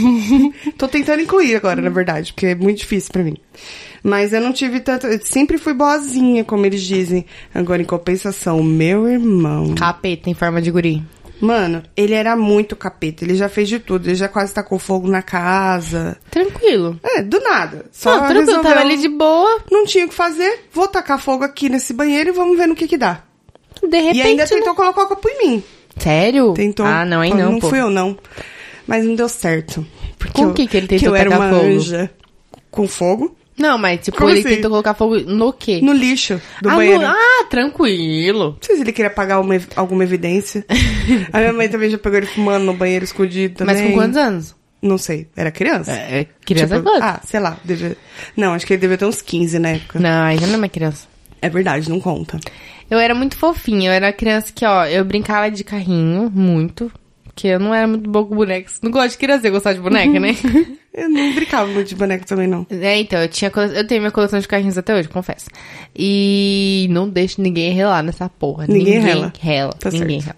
B: tô tentando incluir agora, na verdade, porque é muito difícil pra mim. Mas eu não tive tanto. Eu sempre fui boazinha, como eles dizem. Agora, em compensação, meu irmão.
A: Capeta em forma de guri.
B: Mano, ele era muito capeta. Ele já fez de tudo. Ele já quase tacou fogo na casa.
A: Tranquilo.
B: É, do nada. Só
A: Não, tranquilo, tava
B: resolveu-
A: ali de boa.
B: não tinha o que fazer, vou tacar fogo aqui nesse banheiro e vamos ver no que que dá.
A: De repente.
B: e ainda
A: né?
B: tentou colocar o copo em mim.
A: Sério?
B: Tentou.
A: Ah, não, aí não,
B: Não
A: pô.
B: fui eu, não. Mas não deu certo. Porque
A: Com o
B: eu-
A: que que ele tentou
B: eu era
A: tacar
B: uma
A: fogo?
B: anja com fogo
A: Não, mas tipo,
B: Como
A: ele
B: assim?
A: tentou colocar fogo no quê?
B: no lixo do
A: ah, no-
B: banheiro.
A: ah, tranquilo.
B: Não sei se ele queria pagar uma ev- alguma evidência. A minha mãe também já pegou ele fumando no banheiro escondido também.
A: Mas com quantos anos?
B: Não sei, era criança.
A: É, é criança
B: Tipo,
A: quanto?
B: Ah, sei lá, devia... Não, acho que ele devia ter uns 15 na época.
A: Não, ainda não é uma criança.
B: É verdade, não conta.
A: Eu era muito fofinha, eu era criança que, ó, eu brincava de carrinho, muito. Porque eu não era muito boa com bonecas. Não gosto de criança, eu gostava de boneca, né?
B: Eu não brincava muito de boneco também, não.
A: É, então, eu, tinha, cole- eu tenho minha coleção de carrinhos até hoje, confesso. E não deixo ninguém relar nessa porra.
B: Ninguém rela.
A: rela.
B: Tá
A: ninguém rela.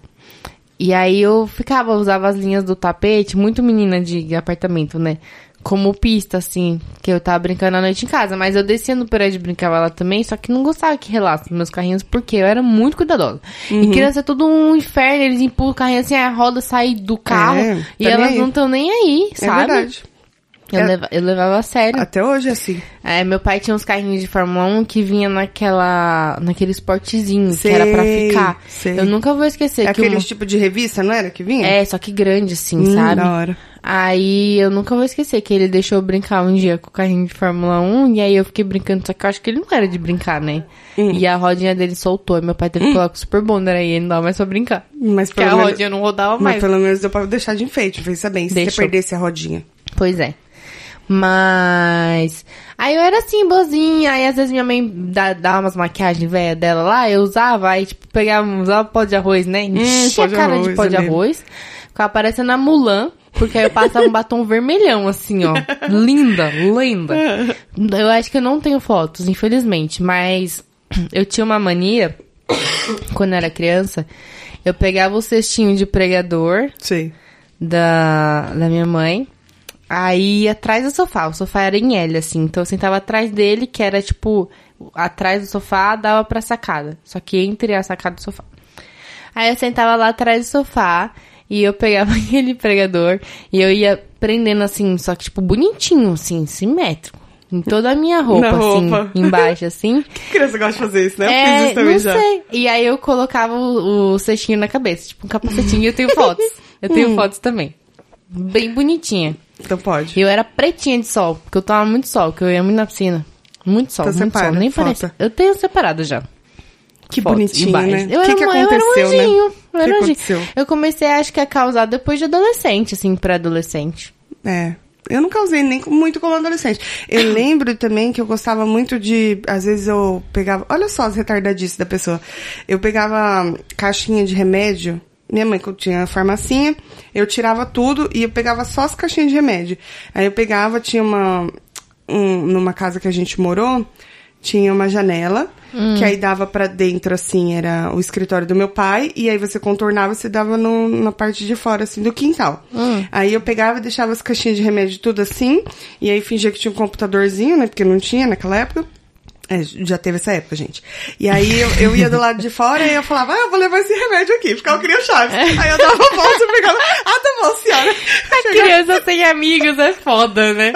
A: E aí eu ficava, usava as linhas do tapete, muito menina de apartamento, né? Como pista, assim, que eu tava brincando à noite em casa. Mas eu descia no prédio e brincava lá também, só que não gostava que relasse meus carrinhos, porque eu era muito cuidadosa.
B: Uhum.
A: E criança é tudo um inferno, eles empurram o carrinho assim, a roda sai do carro.
B: É, tá
A: e
B: nem
A: elas
B: aí.
A: não estão nem aí, sabe?
B: É verdade.
A: Eu,
B: É-
A: leva- eu levava a sério.
B: Até hoje é assim.
A: É, meu pai tinha uns carrinhos de Fórmula 1 que vinha naquela, naquele esportezinho
B: Sei,
A: que era pra ficar.
B: sei.
A: Eu nunca vou esquecer
B: É
A: que
B: aquele
A: uma-
B: tipo de revista, não era que vinha?
A: É, só que grande assim,
B: Hum,
A: sabe?
B: Da hora.
A: Aí eu nunca vou esquecer que ele deixou eu brincar um dia com o carrinho de Fórmula 1 e aí eu fiquei brincando, só que eu acho que ele não era de brincar, né?
B: Hum.
A: E a rodinha dele soltou e meu pai teve que colocar o Super Bonder aí, ele não dava mais pra brincar.
B: Mas
A: Porque é a
B: pelo, menos,
A: rodinha não rodava
B: mas
A: mais.
B: pelo menos deu pra deixar de enfeite, fez bem. Se você
A: Deixou.
B: perdesse a rodinha.
A: Pois é. Mas. Aí eu era assim, boazinha. Aí às vezes minha mãe dá- dava umas maquiagens velha dela lá, eu usava, aí tipo, pegava, usava pó de arroz, né? Enchia
B: Hum, pó de
A: a cara de
B: arroz,
A: pó de
B: eu lembro.
A: arroz. Ficava parecendo a Mulan, porque aí eu passava um batom vermelhão, assim, ó. Linda, linda. Eu acho que eu não tenho fotos, infelizmente, mas eu tinha uma mania, quando eu era criança, eu pegava o cestinho de pregador
B: Sei.
A: da, da minha mãe. Aí atrás do sofá, o sofá era em L, assim, então eu sentava atrás dele, que era tipo, atrás do sofá dava pra sacada, só que entre a sacada do sofá. Aí eu sentava lá atrás do sofá e eu pegava aquele pregador e eu ia prendendo assim, só que tipo bonitinho, assim, simétrico. Em toda a minha roupa,
B: Na
A: assim,
B: roupa.
A: embaixo, assim.
B: Que criança gosta de fazer isso, né? Eu
A: É,
B: fiz isso também
A: não
B: já.
A: sei. E aí eu colocava o, o cestinho na cabeça, tipo um capacetinho, e eu
B: Hum.
A: tenho fotos. Eu tenho fotos também. Bem bonitinha.
B: Então pode.
A: E eu era pretinha de sol, porque eu tomava muito sol, porque eu ia muito na piscina. Muito sol,
B: Então
A: muito
B: separa,
A: sol. Nem
B: foto.
A: parece. Eu tenho separado já. fotos
B: Que
A: e
B: bonitinho,
A: várias.
B: né?
A: Eu
B: O que
A: era
B: que
A: uma- eu era um
B: aconteceu, né?
A: anjinho, Eu
B: O que
A: era um anjinho.
B: aconteceu?
A: Eu comecei, acho que a causar depois de adolescente, assim, pré-adolescente.
B: É. Eu nunca usei nem com- muito como adolescente. Eu lembro também que eu gostava muito de. Às vezes eu pegava. Olha só as retardadices da pessoa. Eu pegava hum, caixinha de remédio. Minha mãe que eu tinha a farmacinha, eu tirava tudo e eu pegava só as caixinhas de remédio. Aí eu pegava, tinha uma. um- numa casa que a gente morou, tinha uma janela, que aí dava pra dentro, assim, era o escritório do meu pai, e aí você contornava e você dava no- na parte de fora, assim, do quintal. Aí eu pegava e deixava as caixinhas de remédio tudo assim, e aí fingia que tinha um computadorzinho, né, porque não tinha naquela época. É, já teve essa época, gente. E aí eu, eu ia do lado de fora e eu falava, ah, eu vou levar esse remédio aqui, ficava que nem o Chaves. Aí eu dava a volta e pegava, ah, tá bom, senhora.
A: Criança sem amigos é foda, né?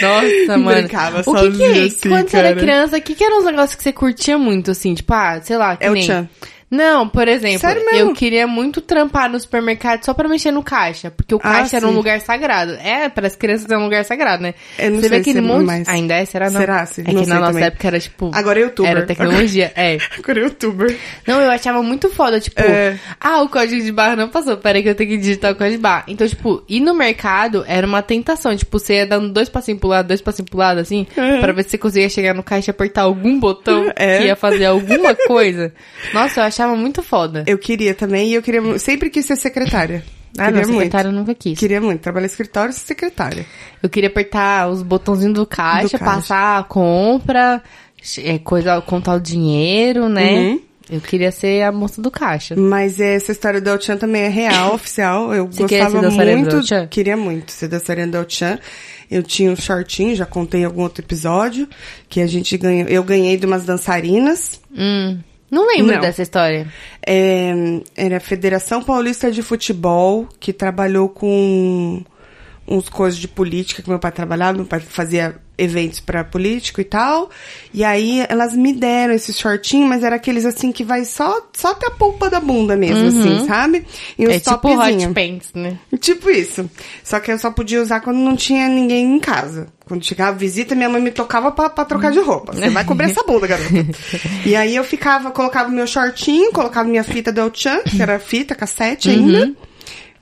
A: Nossa, mano.
B: Brincava
A: o que que
B: sozinha,
A: é?
B: assim,
A: quando você era
B: cara.
A: criança, o que que eram os negócios que você curtia muito, assim? Tipo, ah, sei lá, que
B: É o
A: nem...
B: tchan.
A: Não, por exemplo,
B: Sério mesmo?
A: eu queria muito trampar no supermercado só pra mexer no caixa, porque o
B: Ah,
A: caixa era um
B: sim.
A: lugar sagrado. É, para as crianças é um lugar sagrado, né?
B: Eu não
A: Você vê
B: sei se
A: aquele
B: é
A: monte.
B: mais.
A: Ainda é, será não?
B: Será? Se-
A: É que
B: não
A: na
B: sei
A: nossa
B: também.
A: época era tipo
B: Agora é youtuber.
A: Era tecnologia, é.
B: Agora é youtuber.
A: Não, eu achava muito foda, tipo,
B: É.
A: ah, o código de barra não passou, peraí que eu tenho que digitar o código de barra. Então, tipo, ir no mercado era uma tentação, tipo, você ia dando dois passinhos pro lado, dois passinhos pro lado, assim, pra ver se você conseguia chegar no caixa e apertar algum botão
B: É.
A: que ia fazer alguma coisa. Nossa, eu achava muito foda.
B: Eu queria também, e eu queria. mu- Sempre quis ser secretária.
A: Ah,
B: queria
A: não,
B: muito.
A: secretária eu nunca quis.
B: Queria muito. Trabalhar em escritório e ser secretária.
A: Eu queria apertar os botãozinhos do caixa,
B: caixa.
A: passar a compra, é, coisa, contar o dinheiro, né?
B: Uhum.
A: Eu queria ser a moça do caixa.
B: Mas essa história do Elchan também é real, oficial. Eu
A: Você queria
B: gostava
A: ser dançarina do
B: muito.
A: El-chan?
B: Queria muito ser dançarina do Elchan. Eu tinha um shortinho, já contei em algum outro episódio, que a gente ganhou. Eu ganhei de umas dançarinas.
A: Hum, não lembro
B: Não.
A: dessa história.
B: É, era a Federação Paulista de Futebol, que trabalhou com uns coisas de política que meu pai trabalhava, meu pai fazia eventos pra político e tal. E aí elas me deram esse shortinho, mas era aqueles assim que vai só só até a polpa da bunda mesmo, assim, sabe? E
A: é
B: uns
A: tipo
B: topzinho.
A: hot pants, né?
B: Tipo isso. Só que eu só podia usar quando não tinha ninguém em casa. Quando chegava visita, minha mãe me tocava pra, pra trocar de roupa. Você vai cobrir essa bunda, garota. E aí eu ficava, colocava meu shortinho, colocava minha fita do El-Chan, que era fita, cassete ainda.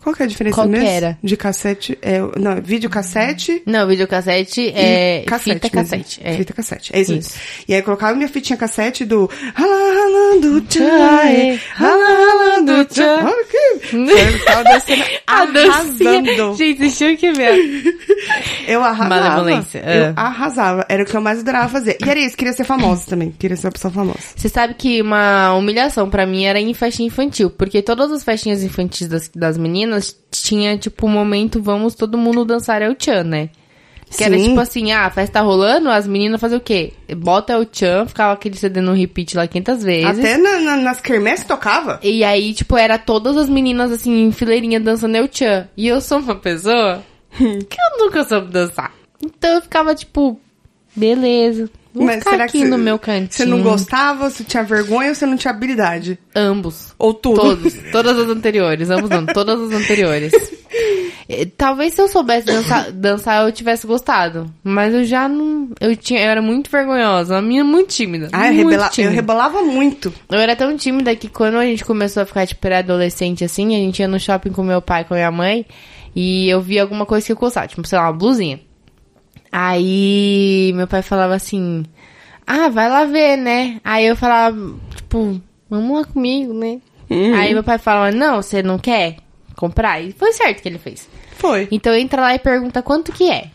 B: Qual que é a diferença
A: Uhum. Qual que
B: mesmo?
A: era?
B: De cassete, é, não, videocassete
A: Não, videocassete
B: e
A: é
B: cassete
A: fita
B: mesmo.
A: cassete. É.
B: Fita cassete, é isso, mesmo.
A: Isso.
B: E aí eu colocava minha fitinha cassete do rala, rala do tchai, rala, rala do tchai. Olha um que... Eu ficava dançando,
A: A dancinha.
B: arrasando.
A: Gente, vocês tinham que ver.
B: Eu arrasava.
A: Malevolência, é.
B: Eu arrasava. Era o que eu mais adorava fazer. E era isso, queria ser famosa também. Queria ser uma pessoa famosa.
A: Você sabe que uma humilhação pra mim era em festinha infantil, porque todas as festinhas infantis das, das meninas tinha, tipo, um momento, vamos todo mundo dançar El Chan, né? Que era
B: Sim.
A: tipo assim, ah, a festa rolando, as meninas faziam o quê? Bota El Chan, ficava aquele CD no repeat lá 500 vezes.
B: Até na- na- nas quermesses tocava.
A: E aí, tipo, era todas as meninas, assim, em fileirinha dançando eu tchan. E eu sou uma pessoa que eu nunca soube dançar. Então eu ficava, tipo, beleza. Vou ficar aqui
B: cê-
A: no meu cantinho.
B: Você não gostava, você tinha vergonha ou você não tinha habilidade?
A: Ambos.
B: Ou tudo?
A: Todos. todas as anteriores. Ambos não. Todas as anteriores. Eh, Talvez se eu soubesse dançar, dançar, eu tivesse gostado. Mas eu já não... Eu, tinha, eu era muito vergonhosa. Uma menina muito tímida.
B: Ah, eu,
A: muito
B: rebela- eu
A: tímida.
B: rebolava muito.
A: Eu era tão tímida que quando a gente começou a ficar, tipo, pré-adolescente, assim, a gente ia no shopping com meu pai e com a minha mãe, e eu via alguma coisa que eu gostava, tipo, sei lá, uma blusinha. Aí, meu pai falava assim, ah, vai lá ver, né? Aí eu falava, tipo, vamos lá comigo, né? Aí meu pai falava, não, você não quer comprar? E foi certo que ele fez.
B: Foi.
A: Então entra lá e pergunta quanto que é.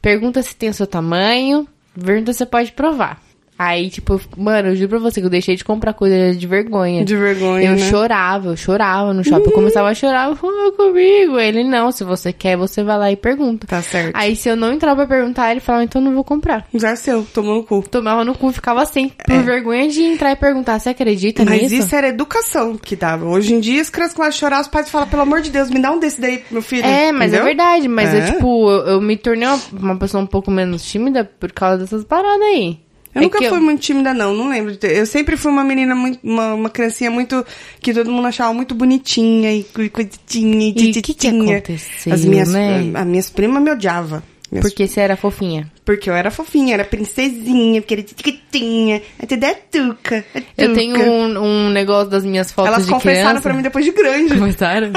A: Pergunta se tem o seu tamanho, pergunta se você pode provar. Aí, tipo, mano, eu juro pra você que eu deixei de comprar coisa de vergonha.
B: De vergonha,
A: Eu
B: né? Uhum.
A: chorava, eu chorava no shopping. Eu começava a chorar, eu falava comigo. Ele, não, se você quer, você vai lá e pergunta.
B: Tá certo.
A: Aí, se eu não entrar pra perguntar, ele falava, então eu não vou comprar.
B: Já é seu, tomou no cu.
A: Tomava no cu, ficava assim, por vergonha de entrar e perguntar. Você acredita
B: É. Mas
A: Tá nisso?
B: isso era educação que dava. Hoje em dia, as crianças começam a chorar, os pais falam, pelo amor de Deus, me dá um desse daí, meu filho.
A: É, mas é
B: Entendeu?
A: verdade. Mas eu,
B: É.
A: tipo, eu, eu me tornei uma, uma pessoa um pouco menos tímida por causa dessas paradas aí.
B: Eu
A: É
B: nunca
A: que
B: fui muito tímida, não, não lembro. de ter- Eu sempre fui uma menina, muito, uma, uma criancinha muito. que todo mundo achava muito bonitinha e cu- coitinha e
A: E o que que
B: tititinha.
A: aconteceu,
B: As minhas,
A: né?
B: as minhas primas me odiavam. Minhas-
A: Porque você era fofinha.
B: Porque eu era fofinha, era princesinha, porque era titiquitinha, até da tuca. a
A: Eu
B: tuca.
A: tenho um, um negócio das minhas fotos
B: Elas
A: de
B: confessaram
A: criança.
B: pra mim depois de grande.
A: Confessaram?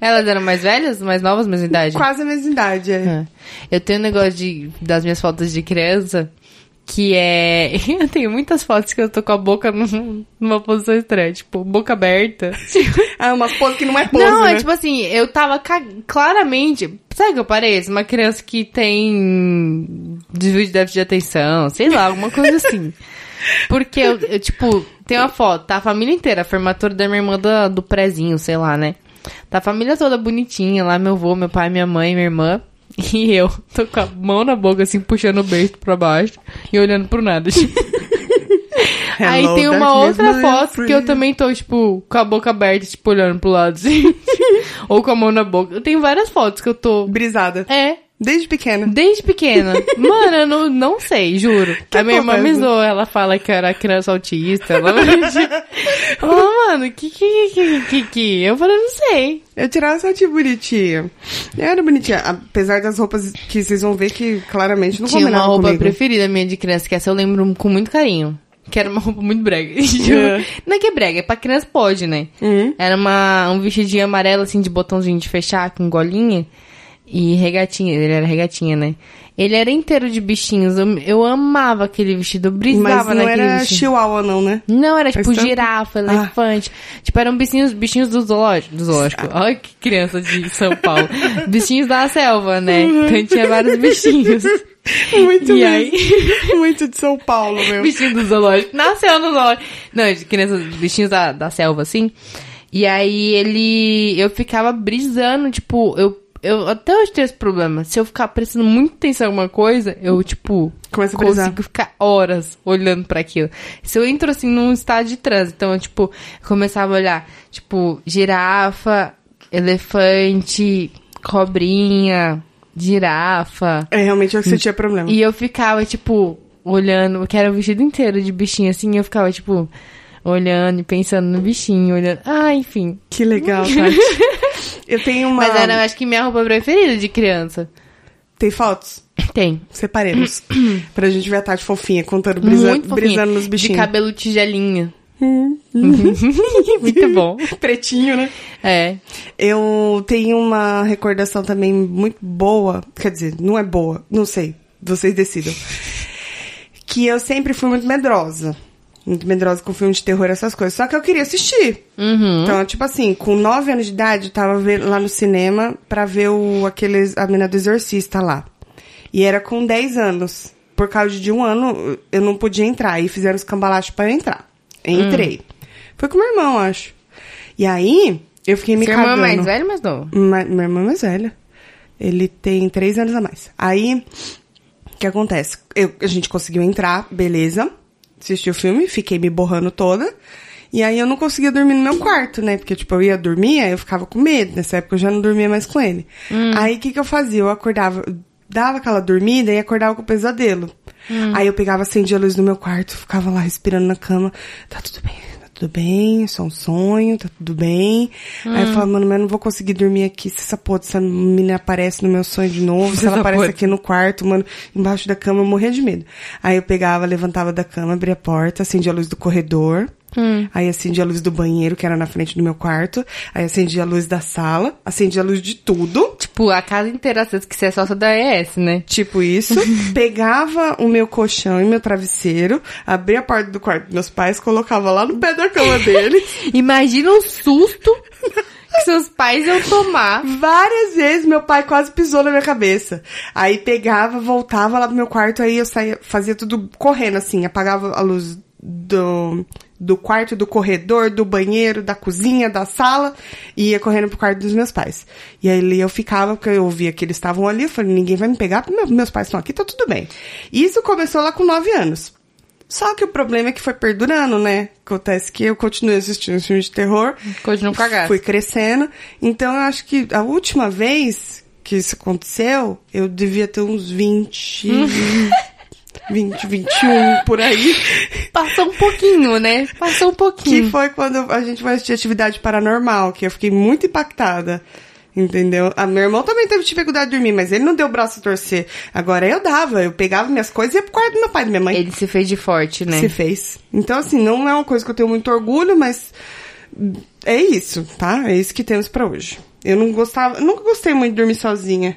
A: Elas eram mais velhas? Mais novas? Mesma idade?
B: Quase a mesma idade. é.
A: É. Eu tenho um negócio de, das minhas fotos de criança que é... Eu tenho muitas fotos que eu tô com a boca num- numa posição estranha. Tipo, boca aberta.
B: Ah, é umas poses que não é pose,
A: não,
B: né?
A: é tipo assim, eu tava ca- claramente. Sabe o que eu pareço? Uma criança que tem desvio de déficit de atenção, sei lá, alguma coisa assim. Porque eu, eu, tipo, tem uma foto, tá a família inteira, a formatura da minha irmã do, do prezinho, sei lá, né? Tá a família toda bonitinha lá, meu avô, meu pai, minha mãe, minha irmã. E eu tô com a mão na boca, assim, puxando o beijo pra baixo e olhando pro nada. tipo. Aí
B: Hello,
A: tem uma
B: É darkness,
A: outra
B: my
A: foto que eu
B: friend.
A: também tô, tipo, com a boca aberta, tipo, olhando pro lado, assim. Ou com a mão na boca. Eu tenho várias fotos que eu tô.
B: Brisada.
A: É.
B: Desde pequena.
A: Desde pequena. Mano, eu não, não sei, juro. a minha irmã me
B: conversa.
A: zoou, ela fala que eu era criança autista. Ela falou, mano, que que, que que que? Eu falei, não sei.
B: Eu tirava sete bonitinha. Eu era bonitinha. Apesar das roupas que vocês vão ver que claramente não
A: Tinha uma
B: combinavam
A: roupa
B: comigo.
A: preferida minha de criança, que essa eu lembro com muito carinho. Que era uma roupa muito brega.
B: É.
A: Não é que é brega, é pra criança pode, né?
B: Uhum.
A: Era uma, um vestidinho amarelo, assim, de botãozinho de fechar, com golinha. E regatinha, ele era regatinha, né? Ele era inteiro de bichinhos. Eu, eu amava aquele vestido, eu
B: Mas
A: brisava
B: não
A: naquele
B: era
A: vestido.
B: chihuahua não, né?
A: Não, era
B: Faz
A: tipo
B: tanto- Ah.
A: girafa, elefante. Tipo, eram bichinhos, bichinhos do zoológico. Do zoológico. Olha que criança de São Paulo. bichinhos da selva, né?
B: Uhum.
A: Então tinha vários bichinhos.
B: Muito
A: E
B: mesmo.
A: aí?
B: Muito de São Paulo, meu.
A: Bichinho do zoológico. Nasceu no zoológico. Não, de crianças, bichinhos da, da selva, assim. E aí ele. Eu ficava brisando, tipo, eu. Eu até hoje tenho esse problema. Se eu ficar prestando muita atenção em alguma coisa, eu, tipo,
B: Começa a brisar.
A: consigo ficar horas olhando pra aquilo. Se eu entro assim num estado de trânsito, então, eu, tipo, começava a olhar, tipo, girafa, elefante, cobrinha, girafa.
B: É, realmente eu que você tinha problema.
A: E eu ficava, tipo, olhando, que era o vestido inteiro de bichinho, assim, e eu ficava, tipo, olhando e pensando no bichinho, olhando. Ah, enfim.
B: Que legal, Tati. Eu tenho uma...
A: Mas era, acho que, minha roupa preferida de criança.
B: Tem fotos?
A: Tem.
B: Separemos. pra gente ver a Tati fofinha, contando, brisa...
A: Muito fofinha.
B: brisando nos
A: De
B: bichinhos.
A: cabelo tigelinha. Muito bom.
B: Pretinho, né?
A: É.
B: Eu tenho uma recordação também muito boa. Quer dizer, não é boa, não sei. Vocês decidam. Que eu sempre fui muito medrosa. Muito medrosa com filme de terror, essas coisas. Só que eu queria assistir.
A: Uhum.
B: Então, tipo assim, com 9 anos de idade, eu tava ve- lá no cinema pra ver o, aqueles, a menina do exorcista lá. E era com 10 anos. Por causa de um ano, eu não podia entrar. E fizeram os cambalachos pra eu entrar.
A: Hum.
B: Entrei. Foi com meu irmão, acho. E aí, eu fiquei me
A: Sua irmã é
B: cagando.
A: mais velha, mas não.
B: Ma- minha irmã é mais velha. Ele tem três anos a mais. Aí, o que acontece? Eu- a gente conseguiu entrar, beleza. Assisti o filme, fiquei me borrando toda. E aí eu não conseguia dormir no meu quarto, né? Porque, tipo, eu ia dormir, aí eu ficava com medo. Nessa época eu já não dormia mais com ele. Aí o que, que eu fazia? Eu acordava, dava aquela dormida e acordava com pesadelo. Aí eu pegava, acendia a luz do meu quarto, ficava lá respirando na cama. Tá tudo bem, tá tudo bem, é só um sonho, tá tudo bem. Aí
A: Hum.
B: eu falo, mano, mas eu não vou conseguir dormir aqui se essa porra dessa menina aparece no meu sonho de novo, se ela
A: Essa
B: aparece
A: porra.
B: aqui no quarto, mano, embaixo da cama, eu morria de medo. Aí eu pegava, levantava da cama, abria a porta, acendia a luz do corredor,
A: Hum.
B: aí acendia a luz do banheiro, que era na frente do meu quarto, aí acendia a luz da sala, acendia a luz de tudo.
A: Tipo, a casa inteira, se você quiser, é sócia da ES, né?
B: Tipo isso, pegava o meu colchão e meu travesseiro, abria a porta do quarto dos meus pais, colocava lá no pé da cama deles,
A: Imagina o susto que seus pais iam tomar.
B: Várias vezes meu pai quase pisou na minha cabeça. Aí pegava, voltava lá pro meu quarto, aí eu saía, fazia tudo correndo assim, apagava a luz do, do quarto, do corredor, do banheiro, da cozinha, da sala, e ia correndo pro quarto dos meus pais. E aí eu ficava, porque eu ouvia que eles estavam ali, eu falei, ninguém vai me pegar, porque meu- meus pais estão aqui, tá tudo bem. E Isso começou lá com nove anos. Só que o problema é que foi perdurando, né? Acontece que eu continuei assistindo filmes de terror.
A: Continuo cagado.
B: Fui crescendo. Então eu acho que a última vez que isso aconteceu, eu devia ter uns 20. 20, 21 por aí.
A: Passou um pouquinho, né? Passou um
B: Que
A: pouquinho.
B: foi quando a gente foi assistir atividade paranormal, que eu fiquei muito impactada. Entendeu? A meu irmão também teve dificuldade de dormir, mas ele não deu o braço a torcer. Agora eu dava, eu pegava minhas coisas e ia pro quarto do meu pai e da minha mãe.
A: Ele se fez de forte, né?
B: se fez. Então, assim, não é uma coisa que eu tenho muito orgulho, mas é isso, tá? É isso que temos pra hoje. Eu não gostava, eu nunca gostei muito de dormir sozinha.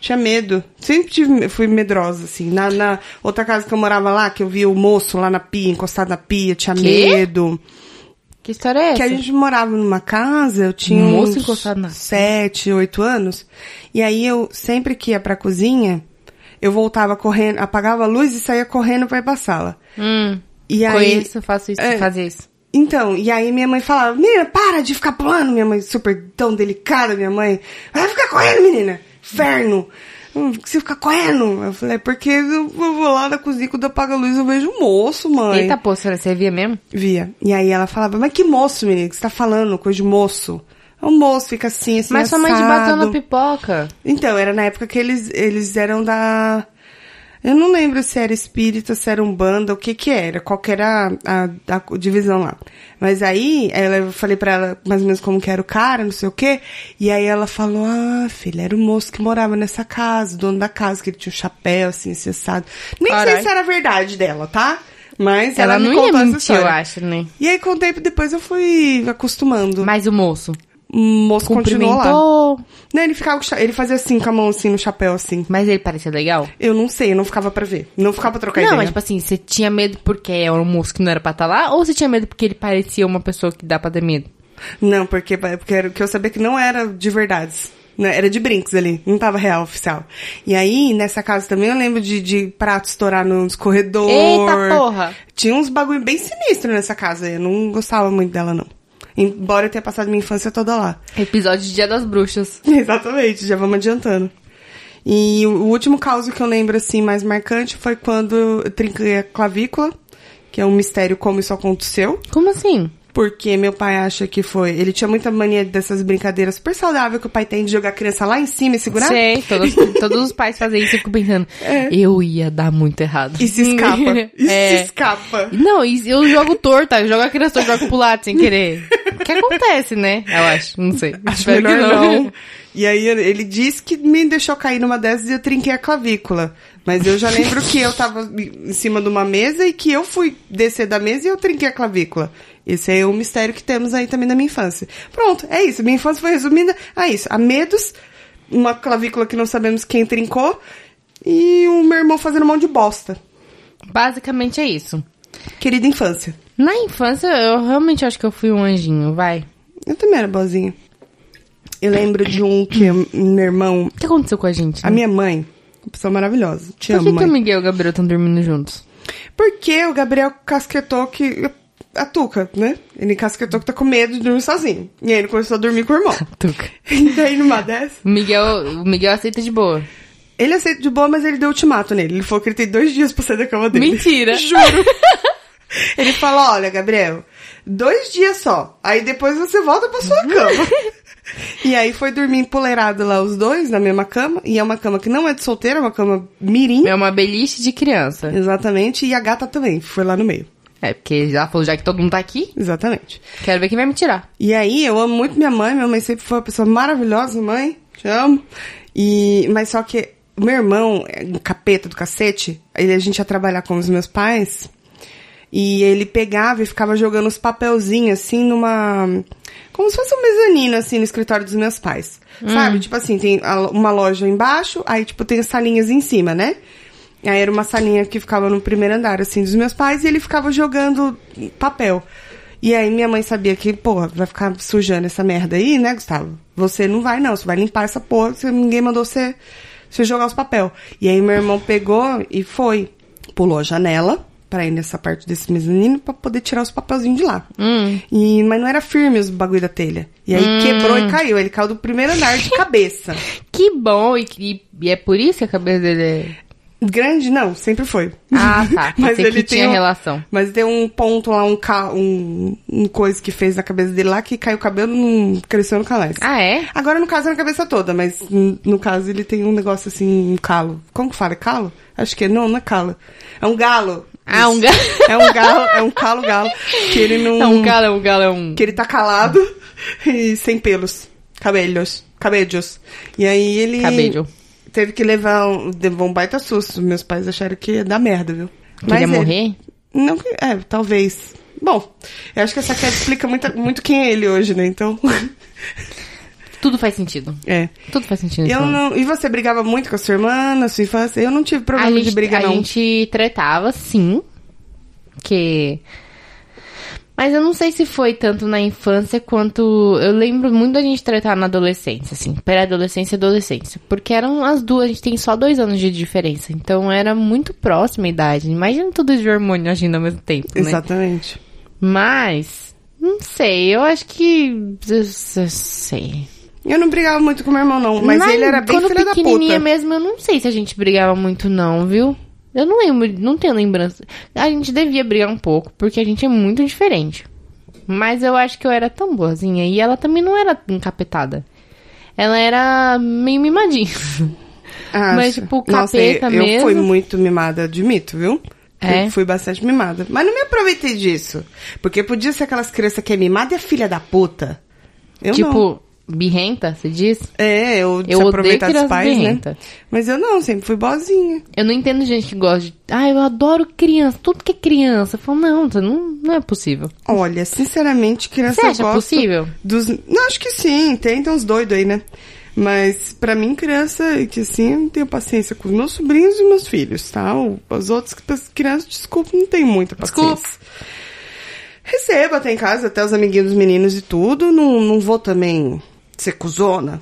B: Tinha medo. Sempre tive, fui medrosa, assim. Na, na outra casa que eu morava lá, que eu via o moço lá na pia, encostado na pia, tinha
A: Quê?
B: medo.
A: Que história é essa?
B: Que a gente morava numa casa, eu tinha
A: Um moço
B: uns
A: encostado na-
B: sete, oito anos. E aí eu, sempre que ia pra cozinha, eu voltava correndo, apagava a luz e saía correndo pra ir pra sala.
A: Hum,
B: E aí,
A: conheço, faço isso,
B: É.
A: fazer isso.
B: então, e aí minha mãe falava, menina, para de ficar pulando, minha mãe, super tão delicada, minha mãe. Vai ficar correndo, menina, inferno. Hum, Você fica correndo. Eu falei, "É porque eu eu vou lá na cozinha, quando eu apago a luz, eu vejo um moço, mãe.
A: Eita, pô, senhora, você via mesmo?
B: Via. E aí ela falava, mas que moço, menina, que você tá falando, coisa de moço. O moço fica assim, assim,
A: Mas sua mãe te bateu na
B: assado."
A: pipoca.
B: Então, era na época que eles, eles eram da... Eu não lembro se era espírita, se era umbanda, o que que era, qual que era a, a- a divisão lá. Mas aí, ela, eu falei pra ela mais ou menos como que era o cara, não sei o quê. E aí ela falou, ah, filha, era o moço que morava nessa casa, o dono da casa, que ele tinha um chapéu, assim, cessado. Nem
C: Carai.
B: sei se era verdade dela, tá? Mas ela,
A: Ela,
B: me
A: não ia
B: contou essa
A: mentir,
B: história.
A: eu acho, né?
B: E aí, com o tempo, depois eu fui acostumando.
A: Mas o moço
B: o moço continuou lá.
A: cumprimentou.
B: Não, ele ficava com o cha- ele fazia assim com a mão assim no chapéu assim.
A: Mas ele parecia legal?
B: Eu não sei, eu não ficava pra ver. Não ficava pra trocar
A: não,
B: ideia.
A: mas tipo assim, você tinha medo porque era um moço que não era pra estar lá? Ou você tinha medo porque ele parecia uma pessoa que dá pra ter medo?
B: Não, porque, porque era- que eu sabia que não era de verdades. né? Era de brincos ali, não tava real oficial. E aí, nessa casa também eu lembro de, de prato estourar nos corredores.
A: Eita porra!
B: Tinha uns bagulho bem sinistro nessa casa. Eu não gostava muito dela, não. Embora eu tenha passado minha infância toda lá.
A: Episódio de Dia das Bruxas.
B: Exatamente, já vamos adiantando. E o o último caso que eu lembro, assim, mais marcante foi quando eu trinquei a clavícula, que é um mistério como isso aconteceu.
A: Como assim?
B: Porque meu pai acha que foi. Ele tinha muita mania dessas brincadeiras super saudável que o pai tem de jogar a criança lá em cima e segurar.
A: Sei, todos, todos os pais fazem isso, eu fico pensando, eu ia dar muito errado.
B: E se escapa. E
A: É.
B: se escapa.
A: Não, e eu jogo torta, eu jogo a criança, eu jogo pro lado sem querer. O que acontece, né? Eu acho, não sei.
B: Acho
A: Espero que
B: melhor não. E aí ele- ele disse que me deixou cair numa dessas e eu trinquei a clavícula. Mas eu já lembro que eu tava em cima de uma mesa e que eu fui descer da mesa e eu trinquei a clavícula. Esse é um mistério que temos aí também na minha infância. Pronto, é isso. Minha infância foi resumida a isso. A medos, uma clavícula que não sabemos quem trincou e o meu irmão fazendo mão de bosta.
A: Basicamente é isso.
B: Querida infância.
A: Na infância, eu realmente acho que eu fui um anjinho, vai.
B: Eu também era boazinha. Eu lembro de um que eu- meu irmão,
A: O que aconteceu com a gente?
B: a minha mãe, uma pessoa maravilhosa. Te
A: Por
B: amo,
A: que, que
B: mãe.
A: o Miguel e o Gabriel estão dormindo juntos?
B: Porque o Gabriel casquetou que. A Tuca, né? Ele casquetou que tá com medo de dormir sozinho. E aí ele começou a dormir com o irmão.
A: Tuca.
B: e daí numa dessa.
A: O Miguel, o Miguel aceita de boa.
B: Ele aceita de boa, mas ele deu ultimato nele. Ele falou que ele tem dois dias pra sair da cama dele.
A: Mentira.
B: Juro. ele falou: olha, Gabriel, dois dias só. Aí depois você volta pra sua cama. e aí foi dormir empoleirado lá os dois na mesma cama. E é uma cama que não é de solteiro, é uma cama mirim.
A: É uma beliche de criança.
B: Exatamente. E a gata também foi lá no meio.
A: É, porque já falou, já que todo mundo tá aqui,
B: Exatamente.
A: quero ver quem vai me tirar.
B: E aí, eu amo muito minha mãe. Minha mãe sempre foi uma pessoa maravilhosa, mãe. Te amo. E, mas só que o meu irmão, é um capeta do cacete, ele, a gente ia trabalhar com os meus pais. E ele pegava e ficava jogando os papelzinhos, assim, numa... Como se fosse um mezanino, assim, no escritório dos meus pais. Sabe? Tipo assim, tem a lo- uma loja embaixo, aí, tipo, tem as salinhas em cima, né? Aí era uma salinha que ficava no primeiro andar, assim, dos meus pais, e ele ficava jogando papel. E aí minha mãe sabia que, porra, vai ficar sujando essa merda aí, né, Gustavo? Você não vai, não. Você vai limpar essa porra, você- ninguém mandou você, você jogar os papel. E aí meu irmão pegou e foi. Pulou a janela pra ir nessa parte desse mezanino pra poder tirar os papelzinhos de lá. E, mas não era firme os bagulho da telha. E aí quebrou e caiu. Ele caiu do primeiro andar de cabeça.
A: Que bom, e, e- e é por isso que a cabeça dele é...
B: Grande, não, sempre foi.
A: Ah, tá.
B: mas
A: Pensei que
B: ele
A: tinha
B: tem um-
A: relação.
B: Mas tem um ponto lá, um, ca... um, um coisa que fez na cabeça dele lá que caiu o cabelo não cresceu no calais.
A: Ah, é?
B: Agora, no caso, é na cabeça toda, mas hum, no caso ele tem um negócio assim, um calo. Como que fala? É Calo? Acho que é. Não, não é calo. É um galo.
A: Ah, um galo.
B: É um galo, é um calo galo. Que ele não.
A: É um galo, é um galo, é um...
B: Que ele tá calado e sem pelos. Cabelos. Cabelos. E aí ele.
A: Cabelo.
B: Teve que levar um, levou um baita susto. Meus pais acharam que ia dar merda, viu?
A: Queria
B: ele-
A: morrer?
B: Não, que- é, talvez. Bom, eu acho que essa queda explica muito, muito quem é ele hoje, né? Então.
A: Tudo faz sentido.
B: É.
A: Tudo faz sentido.
B: Eu
A: então.
B: não, e você brigava muito com a sua irmã na sua infância? Eu não tive
A: a
B: problema
A: gente,
B: de briga,
A: a
B: não.
A: gente tretava, sim. Que. Mas eu não sei se foi tanto na infância quanto. Eu lembro muito da gente tretar na adolescência, assim. Pré-adolescência e adolescência. Porque eram as duas, a gente tem só dois anos de diferença. Então era muito próxima a idade. Imagina tudo de hormônio agindo ao mesmo tempo, né?
B: Exatamente.
A: Mas. Não sei, eu acho que. Eu, eu sei.
B: Eu não brigava muito com meu irmão, não. Mas
A: Na-
B: ele era bem
A: quando
B: filho da
A: pequenininha
B: puta.
A: mesmo, eu não sei se a gente brigava muito não, viu? Eu não lembro, não tenho lembrança. A gente devia brigar um pouco, porque a gente é muito diferente. Mas eu acho que eu era tão boazinha. E ela também não era encapetada. Ela era meio mimadinha.
B: Acho.
A: Mas, tipo, o
B: Ah, Nossa,
A: capeta
B: eu, eu fui
A: mesmo.
B: muito mimada, admito, viu?
A: É?
B: Eu fui bastante mimada. Mas não me aproveitei disso. Porque podia ser aquelas crianças que é mimada e a filha da puta. Eu não.
A: tipo, birrenta, você diz?
B: É, eu,
A: eu
B: se aproveitar
A: odeio
B: dos pais,
A: criança
B: né?
A: birrenta.
B: Mas eu não, sempre fui boazinha.
A: Eu não entendo gente que gosta de. Ah, eu adoro criança, tudo que é criança. Eu falo, não, tá, não, não é possível.
B: Olha, sinceramente, criança
A: Você acha
B: eu gosto
A: possível?
B: dos... Não, acho que sim, tem, tem uns doidos aí, né? Mas pra mim, criança, que assim, eu não tenho paciência com os meus sobrinhos e meus filhos, tá? O- As outras que- as crianças, desculpa, não tem muita paciência.
D: Desculpa.
B: Recebo até em casa, até os amiguinhos dos meninos e tudo. Não, não vou também ser cuzona.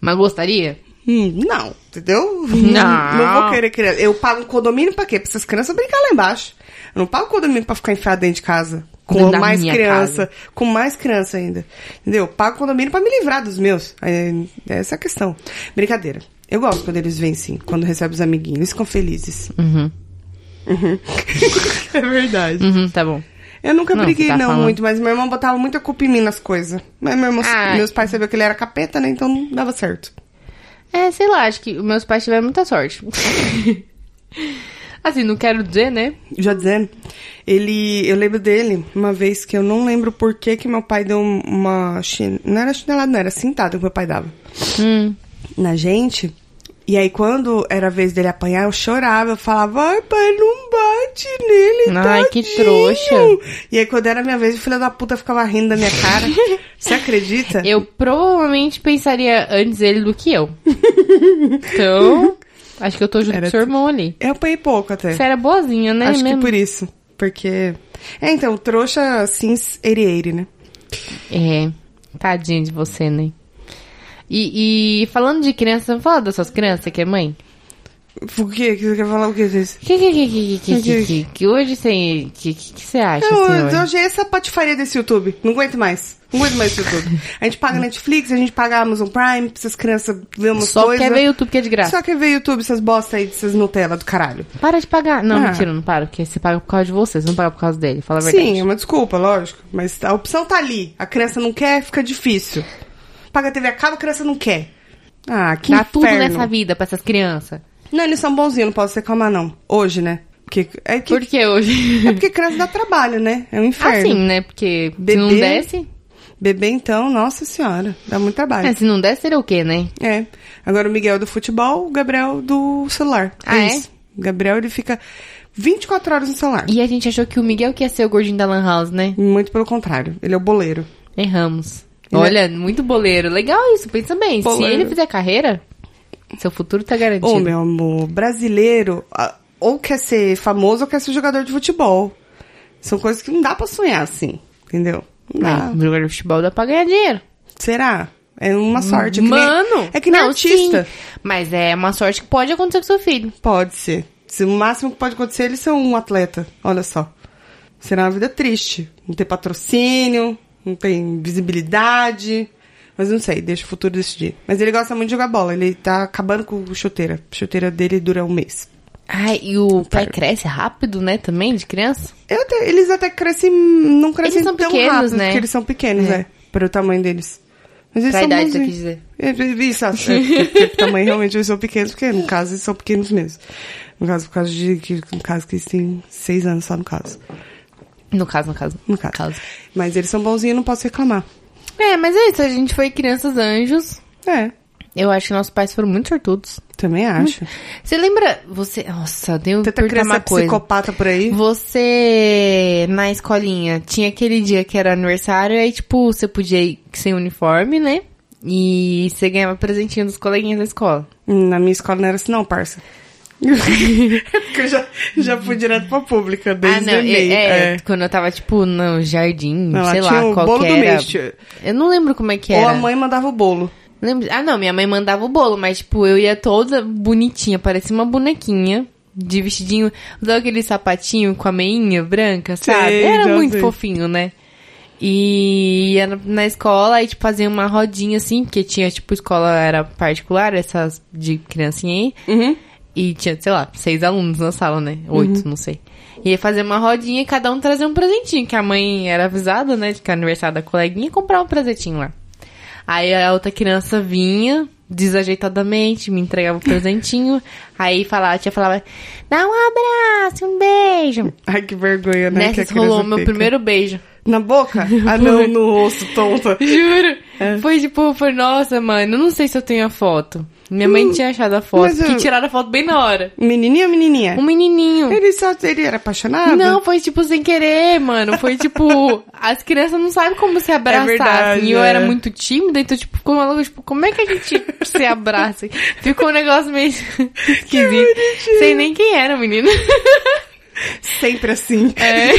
A: Mas gostaria?
B: Hum, não, entendeu? Hum,
A: Não.
B: Não vou querer criança. Eu pago um condomínio pra quê? Pra essas crianças brincar lá embaixo. Eu não pago condomínio pra ficar enfiado dentro de casa. Com
A: Dentro da
B: mais
A: minha
B: criança. Com mais criança ainda. Entendeu? Eu pago condomínio pra me livrar dos meus. É, essa é a questão. Brincadeira. Eu gosto quando eles vêm, sim. Quando recebem os amiguinhos. Eles ficam felizes.
A: Uhum.
B: Uhum. é verdade.
A: Uhum, tá bom.
B: Eu nunca
A: Não,
B: briguei,
A: você tá
B: não,
A: falando.
B: muito, mas meu irmão botava muita culpa em mim nas coisas. Mas meu irmão,
A: Ah.
B: meus pais sabiam que ele era capeta, né? Então não dava certo.
A: É, sei lá, acho que meus pais tiveram muita sorte. assim, não quero dizer, né?
B: Já dizendo, ele, eu lembro dele uma vez que eu não lembro por que que meu pai deu uma chin- não era chinelada, não era cintada que meu pai dava
A: Hum.
B: na gente. E aí quando era a vez dele apanhar, eu chorava, eu falava: "Ai, pai, não bate nele,
A: Ai, que
B: tadinho."
A: trouxa.
B: E aí quando era a minha vez, o filho da puta ficava rindo da minha cara. Você acredita?
A: Eu provavelmente pensaria antes ele do que eu. Então, acho que eu tô junto
B: Era
A: com seu irmão ali.
B: Eu apanhei pouco até.
A: Você era boazinha, né?
B: Acho
A: mesmo?
B: que por isso. Porque. É, então, trouxa assim, erieire, né?
A: É, tadinha de você, né? E, e falando de criança, vamos falar das suas crianças, que é mãe?
B: O quê? Que Você quer falar o quê disso?
A: Que, que, que, que, que, que, que, que hoje você... Que, que, que você acha,
B: Eu,
A: senhor?
B: hoje é essa patifaria desse YouTube. Não aguento mais. Não aguento mais esse YouTube. A gente paga Netflix, a gente paga Amazon Prime, pra essas crianças verem umas
A: Só
B: coisas.
A: quer ver YouTube que é de graça.
B: Só quer ver YouTube, essas bosta aí dessas Nutella do caralho.
A: Para de pagar. Não,
B: Ah.
A: mentira, não para, porque você paga por causa de você, você não paga por causa dele, fala a verdade.
B: Sim, é uma desculpa, lógico. Mas a opção tá ali. A criança não quer, fica difícil. Paga a TV a cabo, a criança não quer. Ah, que
A: Dá
B: inferno.
A: tudo nessa vida pra essas crianças.
B: Não, eles são bonzinhos, não posso reclamar, não. Hoje, né? Porque, é, que,
A: Por que hoje?
B: é porque criança dá trabalho, né? É um inferno.
A: Assim, né? Porque se não
B: Bebê.
A: desse...
B: Bebê, então, nossa senhora, dá muito trabalho.
A: É, se não desse, seria o quê, né?
B: É. Agora o Miguel é do futebol, o Gabriel do celular.
A: Ah, é?
B: O Gabriel, ele fica 24 horas no celular.
A: E a gente achou que o Miguel que ia ser o gordinho da Lan House, né?
B: Muito pelo contrário. Ele é o boleiro.
A: Erramos.
B: Ele
A: Olha, muito boleiro. Legal isso, pensa bem. Se
B: Né? Boleiro.
A: ele fizer carreira, seu futuro tá garantido.
B: Ô, meu amor, brasileiro ah, ou quer ser famoso ou quer ser jogador de futebol. São coisas que não dá pra sonhar assim, entendeu? Não dá.
A: Mas jogar futebol dá pra ganhar dinheiro.
B: Será? É uma sorte. É que nem-
A: Mano!
B: é que nem
A: não,
B: artista.
A: sim. Mas é uma sorte que pode acontecer com seu filho.
B: Pode ser. Se o máximo que pode acontecer é ele ser um atleta. Olha só. Será uma vida triste. Não tem patrocínio, não tem visibilidade. Mas não sei, deixa o futuro decidir. Mas ele gosta muito de jogar bola. Ele tá acabando com o chuteira. A chuteira dele dura um mês.
A: Ai, e o pai cresce rápido, né, também, de criança?
B: Eu até- eles até crescem. Não crescem
A: são
B: tão
A: pequenos,
B: rápido
A: né?
B: porque eles são pequenos,
A: É.
B: é. Para o tamanho deles. Mas eles
A: Pra
B: são
A: idade, você
B: bonzinhos.
A: quis dizer.
B: É, Isso, é, é, porque pro tamanho realmente eles são pequenos, porque no caso eles são pequenos mesmo. No caso, por causa de que, no caso que eles têm seis anos só no caso.
A: No caso, no caso.
B: No caso. Mas eles são bonzinhos, não posso reclamar.
A: É, mas é isso, a gente foi crianças anjos.
B: É,
A: Eu acho que nossos pais foram muito sortudos.
B: também acho.
A: Você lembra, você... Nossa, deu
B: Tanta criança
A: Hum, uma coisa.
B: psicopata por aí.
A: Você, na escolinha, tinha aquele dia que era aniversário, aí, tipo, você podia ir sem uniforme, né? E você ganhava presentinho dos coleguinhas da escola.
B: Hum, Na minha escola não era assim, não, parça. Porque eu já, já fui direto pra pública, desde
A: ah, não,
B: o EMEI,
A: é,
B: é.
A: quando eu tava, tipo, no jardim,
B: Não, lá
A: sei
B: tinha
A: lá,
B: o
A: qual
B: bolo
A: que
B: do
A: era.
B: mês, tia.
A: Eu não lembro como é que
B: Ou
A: era.
B: a mãe mandava o bolo.
A: Lembro- Ah, não, minha mãe mandava o bolo, mas, tipo, eu ia toda bonitinha, parecia uma bonequinha de vestidinho. Usava aquele sapatinho com a meinha branca, sabe?
B: Sei,
A: era
B: já
A: muito
B: sei.
A: fofinho, né? E ia na- na escola, aí, tipo, fazia uma rodinha, assim, porque tinha, tipo, escola era particular, essas de criancinha aí.
B: Uhum.
A: E tinha, sei lá, seis alunos na sala, né? Oito, não sei. Ia fazer uma rodinha e cada um trazer um presentinho, que a mãe era avisada, né, de que era aniversário da coleguinha, e comprar um presentinho lá. Aí a outra criança vinha, desajeitadamente, me entregava o presentinho. aí falava, a tia falava, dá um abraço, um beijo.
B: Ai, que vergonha, né? que a
A: Nessa
B: criança
A: rolou meu
B: fica.
A: primeiro beijo.
B: Na boca? Ah, não, no osso, tonta.
A: Juro.
B: É.
A: Foi tipo, foi, nossa, mano, eu não sei se eu tenho a foto. Minha mãe tinha achado a foto,
B: Hum. mas
A: que
B: eu-
A: tiraram a foto bem na hora.
B: Menininha ou menininha?
A: Um menininho.
B: Ele só... Ele era apaixonado?
A: Não, foi tipo sem querer, mano. Foi tipo. as crianças não sabem como se abraçar.
B: É verdade,
A: assim. E eu
B: é.
A: era muito tímida, então, tipo, ficou maluco, tipo, como é que a gente se abraça? Ficou um negócio meio esquisito. Sei nem quem era, menino.
B: Sempre assim.
A: É.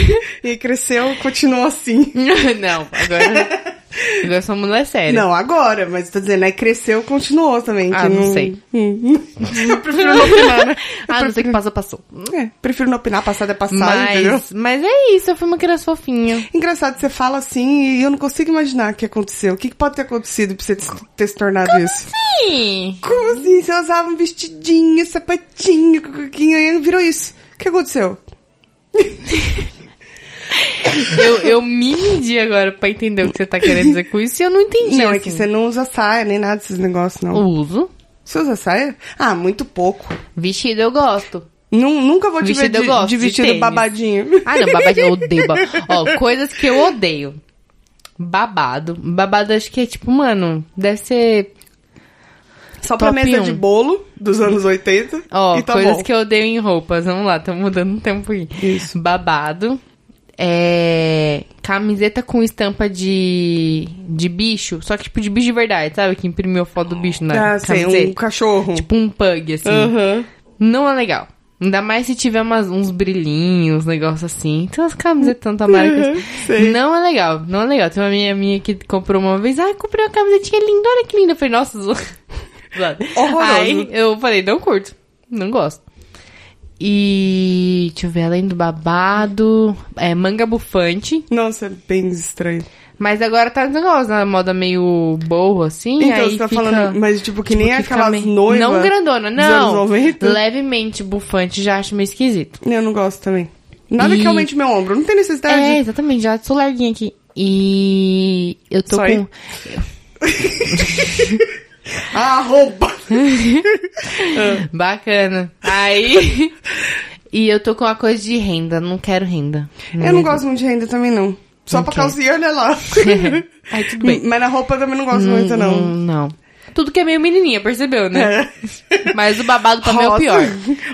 B: e cresceu, continuou assim.
A: não, agora. Agora sou mulher é séria.
B: Não, agora, mas tô dizendo, é cresceu, continuou também.
A: Ah,
B: que
A: não sei.
B: Hum. Eu prefiro não opinar, né?
A: Ah, não sei que
B: prefiro...
A: passou, passou.
B: É, prefiro não opinar, passado é passado, entendeu?
A: Mas, mas é isso, eu fui uma criança fofinha.
B: Engraçado, você fala assim e eu não consigo imaginar o que aconteceu. O que, que pode ter acontecido pra você ter se tornado isso?
A: Sim!
B: Como assim? Você usava um vestidinho, sapatinho, cuquinha, e virou isso. O que aconteceu?
A: Eu, eu me medi agora pra entender o que você tá querendo dizer com isso e eu não entendi.
B: não, é
A: assim.
B: que você não usa saia, nem nada desses negócios, não.
A: Uso.
B: Você usa saia? Ah, muito pouco.
A: Vestido eu gosto.
B: Nu- nunca vou te ver
A: Vestido eu
B: de,
A: gosto,
B: de
A: de
B: vestido
A: tênis.
B: babadinho.
A: Ah, não, babado eu odeio. ba- Ó, coisas que eu odeio. Babado. Babado acho que é tipo, mano, deve ser.
B: Só pra
A: Top
B: mesa
A: um. Hum.
B: de bolo dos anos 80.
A: Ó,
B: e tá
A: coisas
B: bom.
A: que eu odeio em roupas. Vamos lá, tô mudando o tempo aqui.
B: Isso.
A: Babado. É. Camiseta com estampa de. de bicho. Só que tipo de bicho de verdade, sabe? Que imprimiu a foto do bicho na
B: Ah, sei,
A: camiseta.
B: um cachorro.
A: Tipo um pug, assim.
B: Aham.
A: Não é legal. Ainda mais se tiver umas- uns brilhinhos, uns negócios assim. Tem umas camisetas tanto amargas.
B: Uhum, sei.
A: não é legal, não é legal. Tem uma minha minha que comprou uma vez. Ai, comprei uma camisetinha linda, olha que linda. Eu falei, nossa, zo- zoado.
B: Horroroso.
A: Aí eu falei, não curto, não gosto. E deixa eu ver, além do babado, é manga bufante.
B: Nossa, é bem estranho.
A: Mas agora tá um negócio na moda meio boa, assim.
B: Então,
A: aí
B: você tá
A: fica-
B: falando, mas tipo, que nem
A: que fica
B: aquelas
A: meio-
B: noivas.
A: Não grandona,
B: dos
A: não.
B: anos 90?
A: Levemente bufante, já acho meio esquisito.
B: Eu não gosto também. Nada
A: E-
B: que aumente meu ombro. Não tem necessidade.
A: É, exatamente, já sou larguinha aqui. E eu tô
B: Sorry.
A: com.
B: Ah, roupa! Ah.
A: Bacana. Aí. e eu tô com a coisa de renda, não quero renda.
B: Eu não gosto muito de renda também, não. Só pra
A: quer.
B: calcinha, né, lá.
A: Aí tudo bem.
B: Mas na roupa eu também não gosto muito,
A: Hum,
B: não.
A: Não. Tudo que é meio menininha, percebeu, né? Mas o babado pra mim é o
B: Rosa.
A: pior.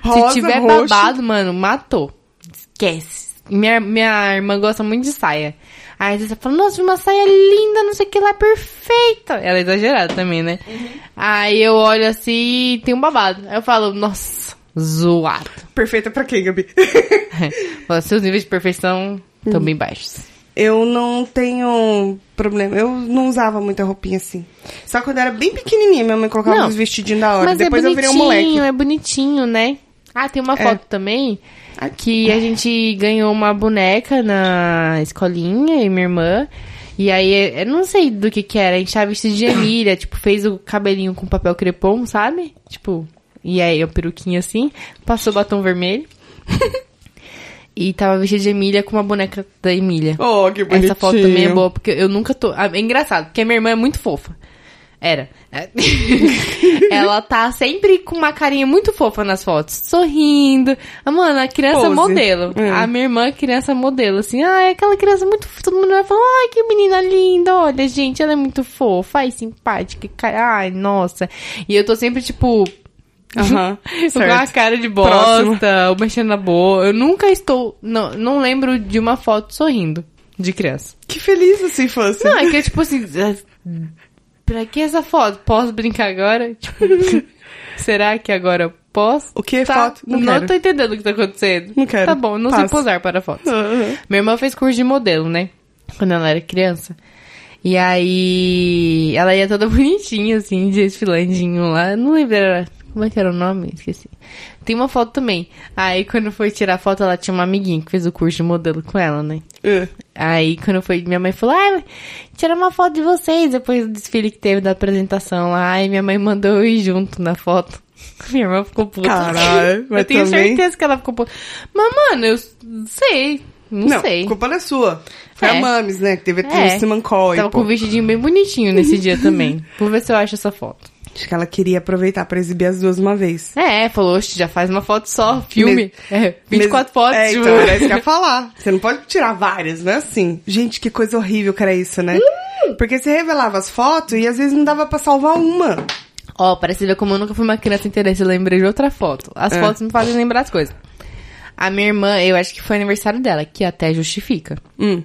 B: Rosa,
A: Se tiver
B: roxo.
A: babado, mano, matou. Esquece. Minha, minha irmã gosta muito de saia. Aí você fala, nossa, vi uma saia linda, não sei o que lá, perfeita. Ela é exagerada também, né?
B: Uhum.
A: Aí eu olho assim e tem um babado. Aí eu falo, nossa, zoado.
B: Perfeita pra quem, Gabi?
A: É. Fala, Seus níveis de perfeição
B: Uhum.
A: estão bem baixos.
B: Eu não tenho problema. Eu não usava muita roupinha assim. Só quando eu era bem pequenininha, minha mãe colocava
A: Não.
B: uns vestidinhos da hora.
A: Mas
B: Depois
A: é
B: eu virei um
A: bonitinho,
B: moleque.
A: é bonitinho, né? Ah, tem uma
B: É.
A: foto também que a gente ganhou uma boneca na escolinha e minha irmã. E aí, é, eu não sei do que que era, a gente tava vestido de Emília, tipo, fez o cabelinho com papel crepom, sabe? Tipo, e aí, a peruquinha assim, passou batom vermelho. e tava vestido de Emília com uma boneca da Emília.
B: Oh, que bonitinho.
A: Essa foto também é boa, porque eu nunca tô. ah, É engraçado, porque a minha irmã é muito fofa. Era. É. Ela tá sempre com uma carinha muito fofa nas fotos, sorrindo. Ah, Mano, a criança
B: Pose.
A: modelo.
B: É.
A: A minha irmã, é criança modelo, assim. Ah, é aquela criança muito fofa. Todo mundo vai falar, ai, que menina linda. Olha, gente, ela é muito fofa. Ai, simpática. ca- Ai, nossa. E eu tô sempre, tipo,
B: Aham,
A: com a
B: certo.
A: cara de bosta, ou mexendo na boca. Eu nunca estou. Não, não lembro de uma foto sorrindo de criança.
B: Que feliz assim fosse.
A: Não, é que eu, tipo assim. é, Pra que essa foto? Posso brincar agora? Tipo, será que agora eu posso?
B: O que é
A: Tá,
B: foto? Não
A: não
B: quero.
A: tô entendendo o que tá acontecendo.
B: Não quero.
A: Tá bom, não sei
B: Passo.
A: posar para fotos.
B: Aham.
A: Minha irmã fez curso de modelo, né? Quando ela era criança. E aí, ela ia toda bonitinha, assim, desfilandinho lá. Eu Não lembro, era Como é que era o nome? Esqueci. Tem uma foto também. Aí quando foi tirar a foto, ela tinha uma amiguinha que fez o curso de modelo com ela, né?
B: É.
A: Aí quando foi, minha mãe falou, ai, tira uma foto de vocês depois do desfile que teve da apresentação lá. Aí minha mãe mandou eu ir junto na foto. Minha irmã ficou puta.
B: Caralho, mas
A: eu tenho
B: também-
A: certeza que ela ficou puta. Mas, mano, eu sei. Não,
B: Não,
A: sei.
B: a culpa não é sua. Foi
A: É.
B: a Mames, né? Que teve
A: É.
B: aquele Simancol.
A: Tava com um vestidinho bem bonitinho nesse dia também. Vou ver se eu acho essa foto.
B: Acho que ela queria aproveitar pra exibir as duas uma vez.
A: É, falou, "Oxe, já faz uma foto só, filme. É, 24
B: Mes-
A: fotos.
B: É,
A: tipo.
B: então, era isso que eu ia falar. Você não pode tirar várias, não é assim. Gente, que coisa horrível que era isso, né?
A: Hum!
B: Porque você revelava as fotos e às vezes não dava pra salvar uma.
A: Ó, parece ver como eu nunca fui uma criança interesse, eu lembrei de outra foto. As fotos me fazem lembrar as coisas. A minha irmã, eu acho que foi aniversário dela, que até justifica.
B: Hum,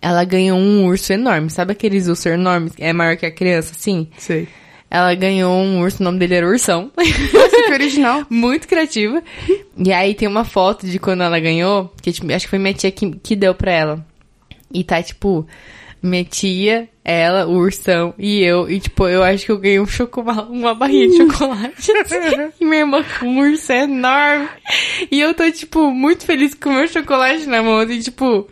A: Ela ganhou um urso enorme. Sabe aqueles ursos enormes? que É maior que a criança, assim?
B: sei.
A: Ela ganhou um urso, o nome dele era Ursão.
B: Nossa, que original.
A: Muito criativa. E aí tem uma foto de quando ela ganhou, que tipo, acho que foi minha tia que, que deu pra ela. E tá, tipo, minha tia, ela, o ursão e eu. E, tipo, eu acho que eu ganhei um chocolate, uma barrinha de chocolate. assim. e minha irmã com um urso enorme. E eu tô, tipo, muito feliz com o meu chocolate na mão. E, tipo,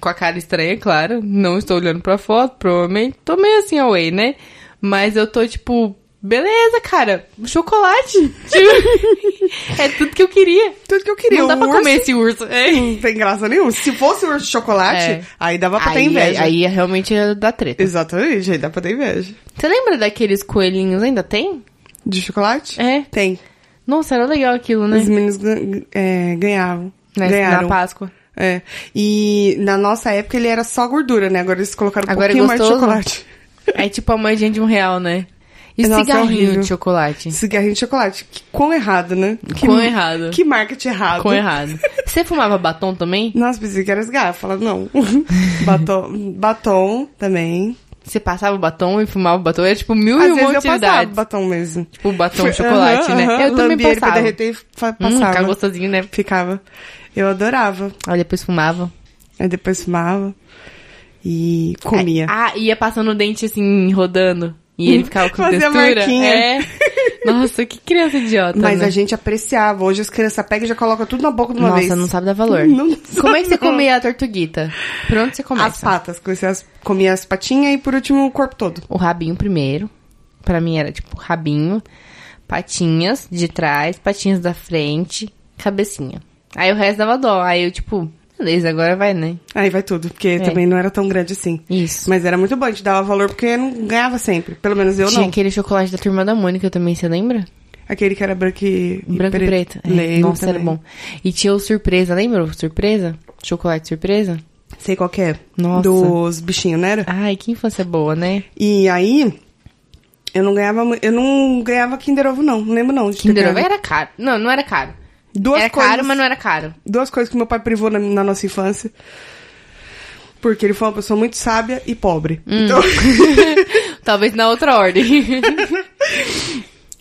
A: com a cara estranha, claro. Não estou olhando pra foto, provavelmente. Tô meio assim, away, né? Mas eu tô, tipo, beleza, cara. Chocolate. Tipo, é tudo que eu queria.
B: Tudo que eu queria.
A: Não dá
B: um
A: pra
B: urso,
A: comer esse urso. É.
B: Não tem graça nenhuma. Se fosse um urso de chocolate,
A: É.
B: aí dava pra ter
A: Aí, aí,
B: inveja.
A: aí é realmente ia dar treta.
B: Exatamente, aí dá pra ter inveja.
A: Você lembra daqueles coelhinhos? Ainda tem?
B: De chocolate?
A: É.
B: Tem.
A: Nossa, era legal aquilo, né?
B: Os meninos gan- é, ganhavam.
A: Na, na
B: ganharam.
A: Páscoa.
B: É. E na nossa época ele era só gordura, né? Agora eles colocaram um
A: Agora é
B: pouquinho mais de
A: gostoso?
B: chocolate.
A: É tipo a moedinha de um real, né? E
B: Nossa, é
A: cigarrinho
B: horrível.
A: de chocolate.
B: Cigarrinho é de chocolate. Que, quão errado, né? Que,
A: Quão errado.
B: Que marketing errado.
A: Ficou errado. Você fumava batom também?
B: Nossa, pensei que era cigarro. Fala, não. batom, batom também.
A: Você passava o batom e fumava o batom? Era tipo mil e
B: Às
A: uma
B: vezes eu passava
A: utilidades.
B: batom mesmo.
A: Tipo batom de chocolate,
B: Aham,
A: né?
B: aham.
A: Eu também
B: Lambia ele pra
A: passava.
B: derreter e fa-
A: Hum,
B: passava.
A: ficava gostosinho, né?
B: Ficava. Eu adorava.
A: Aí depois fumava.
B: Aí depois fumava e comia.
A: Ah, ia passando o dente assim, rodando. E ele ficava com
B: Fazia
A: textura.
B: marquinha.
A: É. Nossa, que criança idiota.
B: Mas
A: né?
B: a gente apreciava. Hoje as crianças pegam e já colocam tudo na boca de uma
A: Nossa,
B: vez.
A: não sabe dar valor.
B: Não
A: Como é que você
B: sabe, não.
A: comia a tortuguita? Por onde você começa?
B: As patas, que você as- comia as patinhas e por último o corpo todo.
A: O rabinho primeiro. Pra mim era tipo rabinho, patinhas de trás, patinhas da frente, cabecinha. Aí o resto dava dó. Aí eu, tipo, beleza, agora vai, né?
B: Aí vai tudo, porque
A: É.
B: também não era tão grande assim.
A: Isso.
B: Mas era muito bom, a gente dava valor porque não ganhava sempre. Pelo menos eu
A: Tinha
B: não.
A: aquele chocolate da turma da Mônica também, você lembra?
B: Aquele que era branco e,
A: Branco e preto. É,
B: Lembro
A: Nossa, era
B: também.
A: bom. E tinha o surpresa, lembra? o Surpresa? Chocolate surpresa?
B: Sei qual que é.
A: Nossa. Ah.
B: Dos bichinhos, né? era?
A: Ai, que infância boa, né?
B: E aí, eu não ganhava mu- eu não ganhava Kinder Ovo não, não lembro não. de ter
A: Kinder Ovo é?
B: ganhado.
A: era caro. Não, não era caro.
B: Duas
A: era
B: coisas,
A: caro, mas não era caro.
B: Duas coisas que meu pai privou na, na nossa infância. Porque ele foi uma pessoa muito sábia e pobre.
A: Hum.
B: Então,
A: Talvez na outra ordem.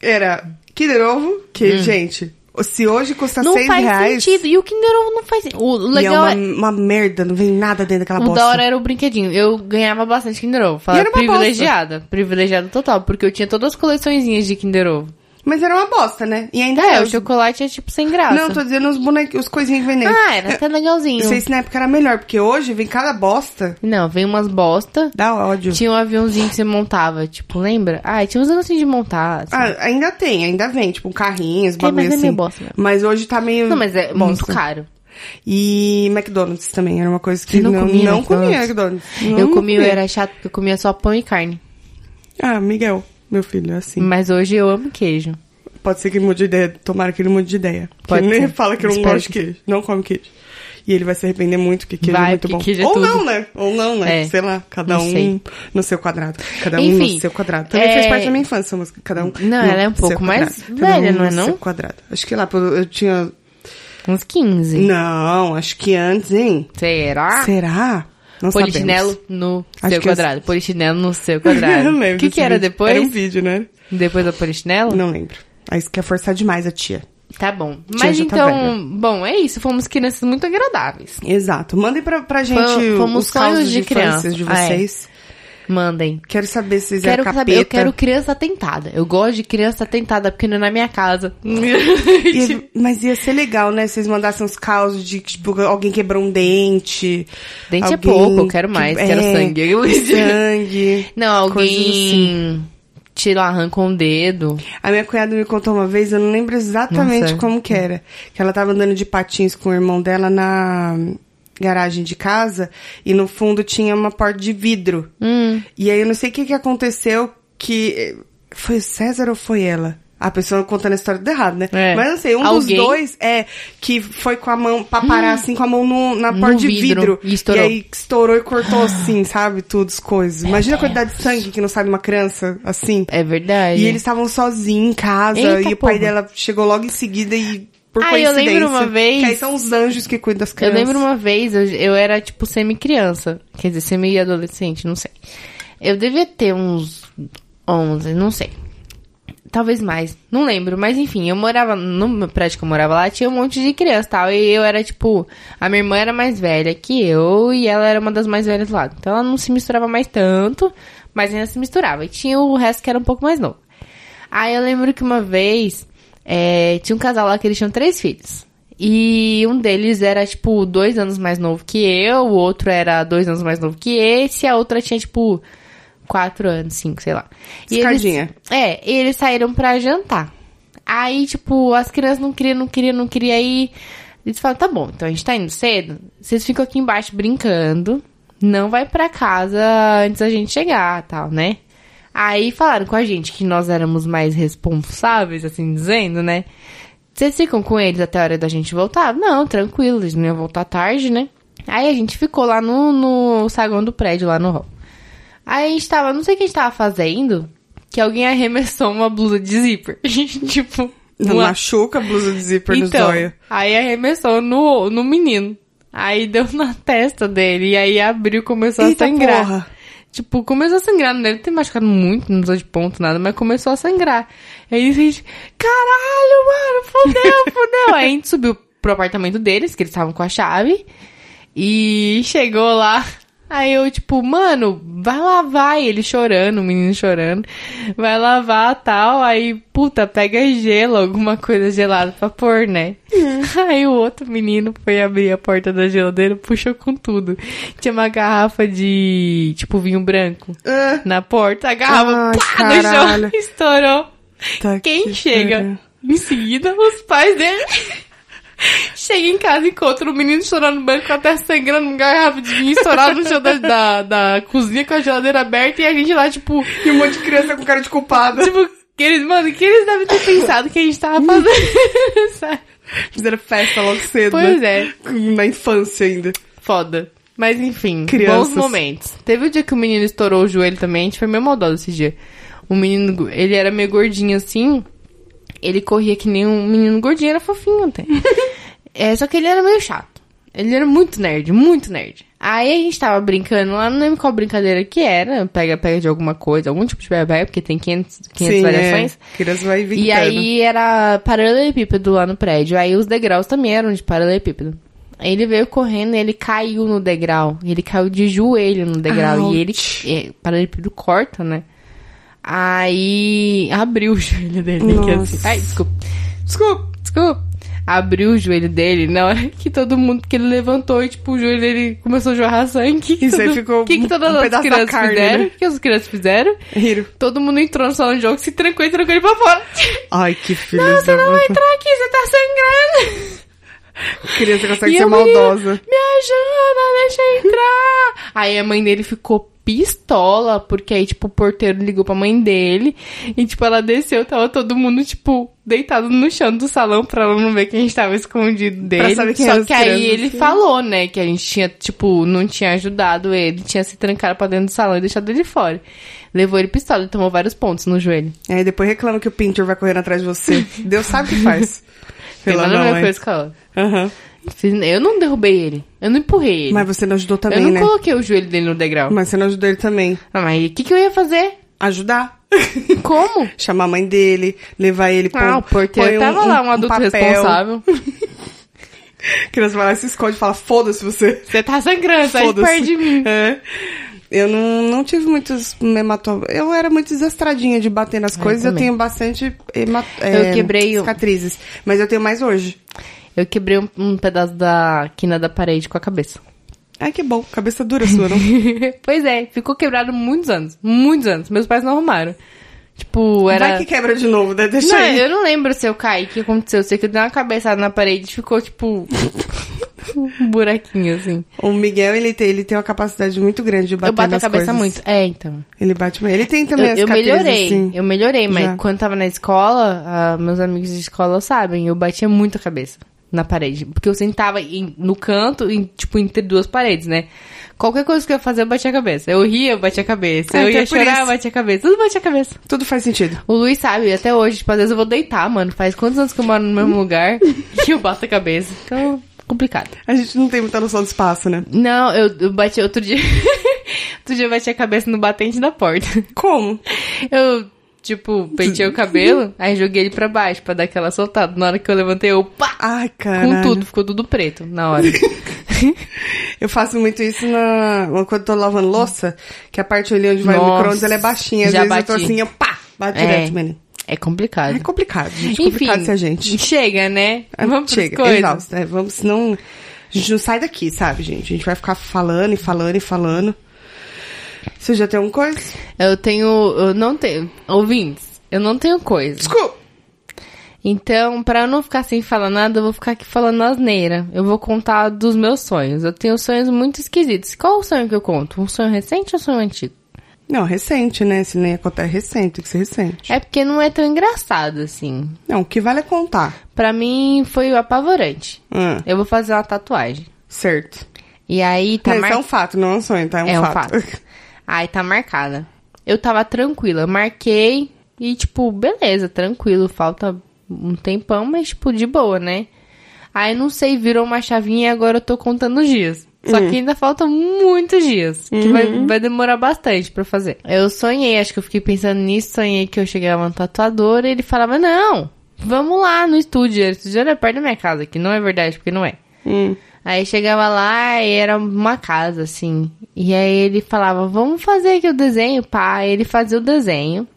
B: era Kinder Ovo, que, gente, se hoje custa
A: Hum. não
B: seis
A: faz
B: reais...
A: sentido. E o Kinder Ovo não faz sentido. O
B: E é
A: legal
B: uma,
A: é. um
B: uma merda, não vem nada dentro daquela
A: O
B: bosta.
A: da hora era o brinquedinho. Eu ganhava bastante Kinder Ovo. Falava
B: era uma
A: privilegiada. Privilegiada total. Porque eu tinha todas as coleçõezinhas de Kinder Ovo.
B: Mas era uma bosta, né? E ainda
A: É,
B: é.
A: o chocolate é tipo sem graça.
B: Não, tô dizendo os bonequinhos, os coisinhos que vem nele.
A: Ah, era até legalzinho.
B: Não sei se na época era melhor, porque hoje vem cada bosta.
A: Não, veio umas bosta.
B: Dá ódio.
A: Tinha um aviãozinho que você montava, tipo, lembra? Ah, tinha uns negocinhos de montar. assim.
B: Ah, ainda tem, ainda vem, tipo,
A: mas
B: carrinhos, bagulho
A: é meio
B: assim.
A: bosta mesmo.
B: Mas hoje tá meio.
A: não, mas é
B: bosta.
A: muito caro.
B: E McDonald's também era uma coisa que
A: Você não
B: não,
A: comia
B: não comia
A: McDonald's?
B: McDonald's. Não é.
A: eu comia, eu era chato porque eu comia só pão e carne.
B: Ah, Miguel, meu filho, é assim.
A: Mas hoje eu amo queijo.
B: Pode ser que ele mude de ideia. Tomara que ele mude de ideia. Porque
A: Pode
B: ele nem
A: ser.
B: fala que eu não
A: Espero
B: gosto de queijo. Não come queijo. E ele vai se arrepender muito que queijo
A: Vai,
B: é muito
A: porque
B: bom.
A: queijo é
B: Ou
A: tudo.
B: não, né? Ou não, né?
A: É.
B: Sei lá, cada
A: Não
B: um
A: sei.
B: no seu quadrado. Cada um
A: Enfim,
B: no seu quadrado. Também
A: é-
B: fez parte da minha infância, mas cada um.
A: Não,
B: no
A: ela é um
B: seu
A: pouco mais
B: quadrado. Cada
A: velha,
B: um
A: não é
B: no
A: não?
B: Seu quadrado. Acho que lá, pelo- eu tinha.
A: Uns 15.
B: Não, acho que antes, hein?
A: Será?
B: Será? Não
A: Polichinelo
B: sabemos.
A: no
B: Acho
A: seu
B: que eu-
A: quadrado. Polichinelo no seu quadrado.
B: Eu lembro
A: O que,
B: desse
A: que era
B: vídeo.
A: depois?
B: Era um vídeo, né?
A: Depois da polichinelo?
B: Não lembro. Aí isso quer forçar demais a tia.
A: Tá bom.
B: Tia
A: Mas
B: já tá
A: então,
B: velha.
A: bom, é isso. Fomos crianças muito agradáveis.
B: Exato. Mandem pra, pra gente
A: Fom-
B: o-
A: fomos
B: os causos
A: sonhos de
B: de infâncias
A: criança.
B: de vocês.
A: Mandem.
B: Quero saber se vocês é
A: Quero
B: capeta.
A: saber, eu quero criança atentada. Eu gosto de criança atentada, porque não é na minha casa.
B: Ia- mas ia ser legal, né? Se vocês mandassem uns causos de, tipo, alguém quebrou um dente.
A: Dente é
B: alguém é,
A: pouco, eu quero mais, quero sangue.
B: Sangue.
A: Não,
B: coisas
A: alguém
B: assim.
A: tira, arranca um dedo.
B: A minha cunhada me contou uma vez, eu não lembro exatamente
A: Nossa.
B: como que era. Que ela tava andando de patins com o irmão dela na garagem de casa e no fundo tinha uma porta de vidro. E aí eu não sei o que, que aconteceu que. Foi o César ou foi ela? A pessoa contando a história tudo errado, né?
A: É.
B: Mas não sei, um
A: Alguém.
B: dos dois é que foi com a mão, pra parar assim com a mão no- na
A: No
B: porta de
A: vidro.
B: vidro.
A: E estourou. Ah.
B: aí estourou e cortou assim, sabe? Tudo, as coisas. Imagina a quantidade de sangue que não sai de uma criança assim.
A: É verdade.
B: E eles estavam sozinhos em casa
A: Eita
B: e o
A: porra.
B: pai dela chegou logo em seguida e por
E: Ah, eu
B: coincidência.
E: lembro uma vez-
B: Que aí são os anjos que cuidam das
A: Eu
B: crianças.
A: lembro uma vez, eu, eu era tipo semi-criança. Quer dizer, semi-adolescente, não sei. Eu devia ter uns 11, não sei. Talvez mais, não lembro. Mas enfim, eu morava, no prédio que eu morava lá, tinha um monte de criança e tal. E eu era tipo, a minha irmã era mais velha que eu e ela era uma das mais velhas lá. Então ela não se misturava mais tanto, mas ainda se misturava. E tinha o resto que era um pouco mais novo. Aí eu lembro que uma vez é, tinha um casal lá que eles tinham três filhos. E um deles era, tipo, dois anos mais novo que eu, o outro era dois anos mais novo que esse, e a outra tinha, tipo, quatro anos, cinco, sei lá. E eles,
B: Escadinha.
A: é, e eles saíram pra jantar. Aí, tipo, as crianças não queriam, não queriam, não queriam, aí eles falam, tá bom, então a gente tá indo cedo, vocês ficam aqui embaixo brincando, não vai pra casa antes da gente chegar, tal, né? Aí falaram com a gente que nós éramos mais responsáveis, assim dizendo, né? Vocês ficam com eles até a hora da gente voltar? Não, tranquilo, eles não iam voltar tarde, né? Aí a gente ficou lá no, no saguão do prédio, lá no hall. Aí a gente tava, não sei o que a gente tava fazendo, que alguém arremessou uma blusa de zíper. tipo,
B: Não
A: uma- Então,
B: machuca a blusa de zíper no zóio.
A: aí arremessou no, no menino. Aí deu na testa dele. E aí abriu e começou
B: Eita
A: a sangrar.
B: porra.
A: Tipo, começou a sangrar. Não deve ter machucado muito, não precisou de ponto, nada. Mas começou a sangrar. Aí a gente... Caralho, mano! Fudeu, fudeu! aí a gente subiu pro apartamento deles, que eles estavam com a chave. E chegou lá... Aí eu, tipo, mano, vai lavar. E ele chorando, o menino chorando. Vai lavar tal. Aí, puta, pega gelo, alguma coisa gelada pra pôr, né?
B: É.
A: Aí o outro menino foi abrir a porta da geladeira, puxou com tudo. Tinha uma garrafa de, tipo, vinho branco
B: Ah,
A: na porta. A garrafa
B: Ai,
A: pá, no chão,
B: caralho.
A: estourou.
B: tá
A: Quem
B: aqui,
A: chega?
B: cara.
A: Em seguida, os pais dele. Chega em casa e encontra o menino chorando no banco, até sangrando, uma garrafa de vinho estourado no chão da, da, da cozinha com a geladeira aberta e a gente lá, tipo,
B: E um monte de criança com cara de culpada.
A: tipo, que eles, mano, que eles devem ter pensado que a gente tava fazendo, sabe?
B: Fizeram festa logo cedo.
A: Pois
B: né?
A: é.
B: Na infância ainda.
A: Foda. Mas enfim, bons
B: Crianças.
A: momentos. Teve o dia que o menino estourou o joelho também, a gente foi meio maldoso esse dia. O menino, ele era meio gordinho assim, ele corria que nem um menino gordinho, era fofinho até. é, só que ele era meio chato. Ele era muito nerd, muito nerd. Aí a gente tava brincando lá, não lembro qual brincadeira que era, pega-pega de alguma coisa, algum tipo de pega-pega, porque tem 500, 500 variações.
B: é. Criança vai vintando.
A: E aí era paralelepípedo lá no prédio. Aí os degraus também eram de paralelepípedo. Aí Ele veio correndo e ele caiu no degrau. Ele caiu de joelho no degrau. E ele.
B: Ouch.
A: É, paralelepípedo corta, né? Aí abriu o joelho dele. que assim-
B: Nossa.
A: Ai, desculpa. Desculpa, desculpa. Abriu o joelho dele na hora que todo mundo que ele levantou e tipo o joelho dele começou a jorrar sangue.
B: Isso aí
A: Todo-
B: ficou
A: O que,
B: um-
A: que todas
B: um
A: as
B: pedaço da
A: crianças
B: carne,
A: fizeram? O
B: né?
A: que as crianças fizeram?
B: Riro.
A: Todo mundo entrou no salão de jogo, se trancou e trancou ele pra fora.
B: Ai, que filho.
A: Não, você não vai entrar aqui, você tá sangrando.
B: Criança consegue
A: E
B: ser
A: a menina,
B: maldosa.
A: Me ajuda, deixa eu entrar. Aí a mãe dele ficou pistola, porque aí, tipo, o porteiro ligou pra mãe dele. E, tipo, ela desceu, tava todo mundo, tipo, deitado no chão do salão pra ela não ver que a gente tava escondido dele.
B: saber quem eram
A: Só
B: as
A: que aí
B: crianças,
A: ele
B: né?
A: falou, né, que a gente tinha, tipo, não tinha ajudado ele, tinha se trancado pra dentro do salão e deixado ele fora. Levou ele pistola, ele tomou vários pontos no joelho.
B: É, E aí depois reclama que o Pinter vai correndo atrás de você. Deus sabe o que faz.
A: Tem
B: Pela
A: nada a ver
B: mão,
A: com
B: é.
A: esse calor.
B: Aham.
A: Eu não derrubei ele. Eu não empurrei ele.
B: Mas você não ajudou
A: eu
B: também,
A: não
B: né?
A: coloquei o joelho dele no degrau.
B: Mas você não ajudou ele também.
A: Ah, Mas o que, que eu ia fazer?
B: Ajudar.
A: Como?
B: Chamar a mãe dele, levar ele pra
A: Ah, o porteiro tava lá, um adulto responsável.
B: A criança vai lá, se esconde e fala, foda-se você.
A: Você tá sangrando, sai de
B: Foda-se.
A: perto de mim.
B: É. Eu não, não tive muitos hematomas. Eu era muito desastradinha de bater nas coisas. Eu
A: É, também.
B: tenho bastante hemat...
A: Eu
B: é,
A: quebrei o-
B: cicatrizes. Mas eu tenho mais hoje.
A: Eu quebrei um, um pedaço da quina da parede com a cabeça.
B: Ai, que bom. Cabeça dura sua, não?
A: pois é, ficou quebrado muitos anos. Muitos anos. Meus pais não arrumaram. Tipo, era.
B: Vai que quebra de novo, né? Deixa
A: Não,
B: aí.
A: eu não lembro se eu caí, o que aconteceu. Eu sei que eu dei uma cabeçada na parede e ficou, tipo, um buraquinho, assim.
B: O Miguel, ele tem, ele tem uma capacidade muito grande de bater
A: eu bato a
B: nas
A: cabeça
B: coisas.
A: muito. É, então.
B: Ele bate muito. Ele tem
A: Eu,
B: também as
A: eu
B: cicatrizes,
A: melhorei,
B: assim.
A: eu melhorei, mas
B: Já.
A: quando tava na escola, ah, meus amigos de escola sabem, eu batia muito a cabeça na parede. Porque eu sentava em- no canto, em, tipo, entre duas paredes, né? Qualquer coisa que eu ia fazer, eu batia a cabeça. Eu ria, eu batia a cabeça.
B: Ah,
A: eu
B: então
A: ia
B: é por
A: chorar,
B: isso.
A: eu batia a cabeça. Tudo batia a cabeça.
B: Tudo faz sentido.
A: O Luiz sabe, até hoje, tipo, às vezes eu vou deitar, mano. Faz quantos anos que eu moro no mesmo lugar e eu bato a cabeça. Então, complicado.
B: A gente não tem muita noção do espaço, né?
A: Não, eu, eu bati outro dia. outro dia eu bati a cabeça no batente da porta.
B: Como?
A: Eu, tipo, pentei o cabelo, aí joguei ele pra baixo pra dar aquela soltada. Na hora que eu levantei, eu pá!
B: Ai, cara.
A: Com tudo, ficou tudo preto na hora.
B: Eu faço muito isso na... quando tô lavando louça, que a parte ali onde vai o
A: Nossa,
B: micro-ondas, ela é baixinha. Às
A: já
B: vezes
A: bati.
B: eu tô assim, eu pá, bate direto, menino.
A: é complicado.
B: É complicado, gente.
A: Enfim,
B: complicado ser a gente. É,
A: chega, né? Vamos pras
B: Chega,
A: coisas.
B: exausto. É, vamos, senão... A gente não sai daqui, sabe, gente? A gente vai ficar falando e falando e falando. Você já tem alguma coisa?
A: Eu tenho, eu não tenho, ouvintes, eu não tenho coisa.
B: Desculpa!
A: Então, pra eu não ficar sem falar nada, eu vou ficar aqui falando asneira. Eu vou contar dos meus sonhos. Eu tenho sonhos muito esquisitos. Qual o sonho que eu conto? Um sonho recente ou um sonho antigo?
B: Não, recente, né? Se nem ia contar, é recente, tem que ser recente.
A: É porque não é tão engraçado assim.
B: Não, o que vale é contar.
A: Pra mim foi apavorante.
B: Ah,
A: Eu vou fazer uma tatuagem.
B: certo.
A: E aí tá
B: Não, isso é
A: marcada.
B: um fato, não é um sonho, tá? É um fato.
A: Aí tá marcada. Eu tava tranquila, marquei e tipo, beleza, tranquilo, falta um tempão, mas tipo de boa, né? Aí não sei, virou uma chavinha e agora eu tô contando os dias. Só
B: Hum.
A: que ainda faltam muitos dias, que
B: Uhum.
A: vai, vai demorar bastante pra fazer. Eu sonhei, acho que eu fiquei pensando nisso, sonhei que eu chegava no tatuador e ele falava: "Não, vamos lá no estúdio, o estúdio era perto da minha casa, que não é verdade, porque não é".
B: Hum.
A: Aí chegava lá e era uma casa, assim. E aí ele falava, vamos fazer aqui o desenho, pá. Aí Ele fazia o desenho.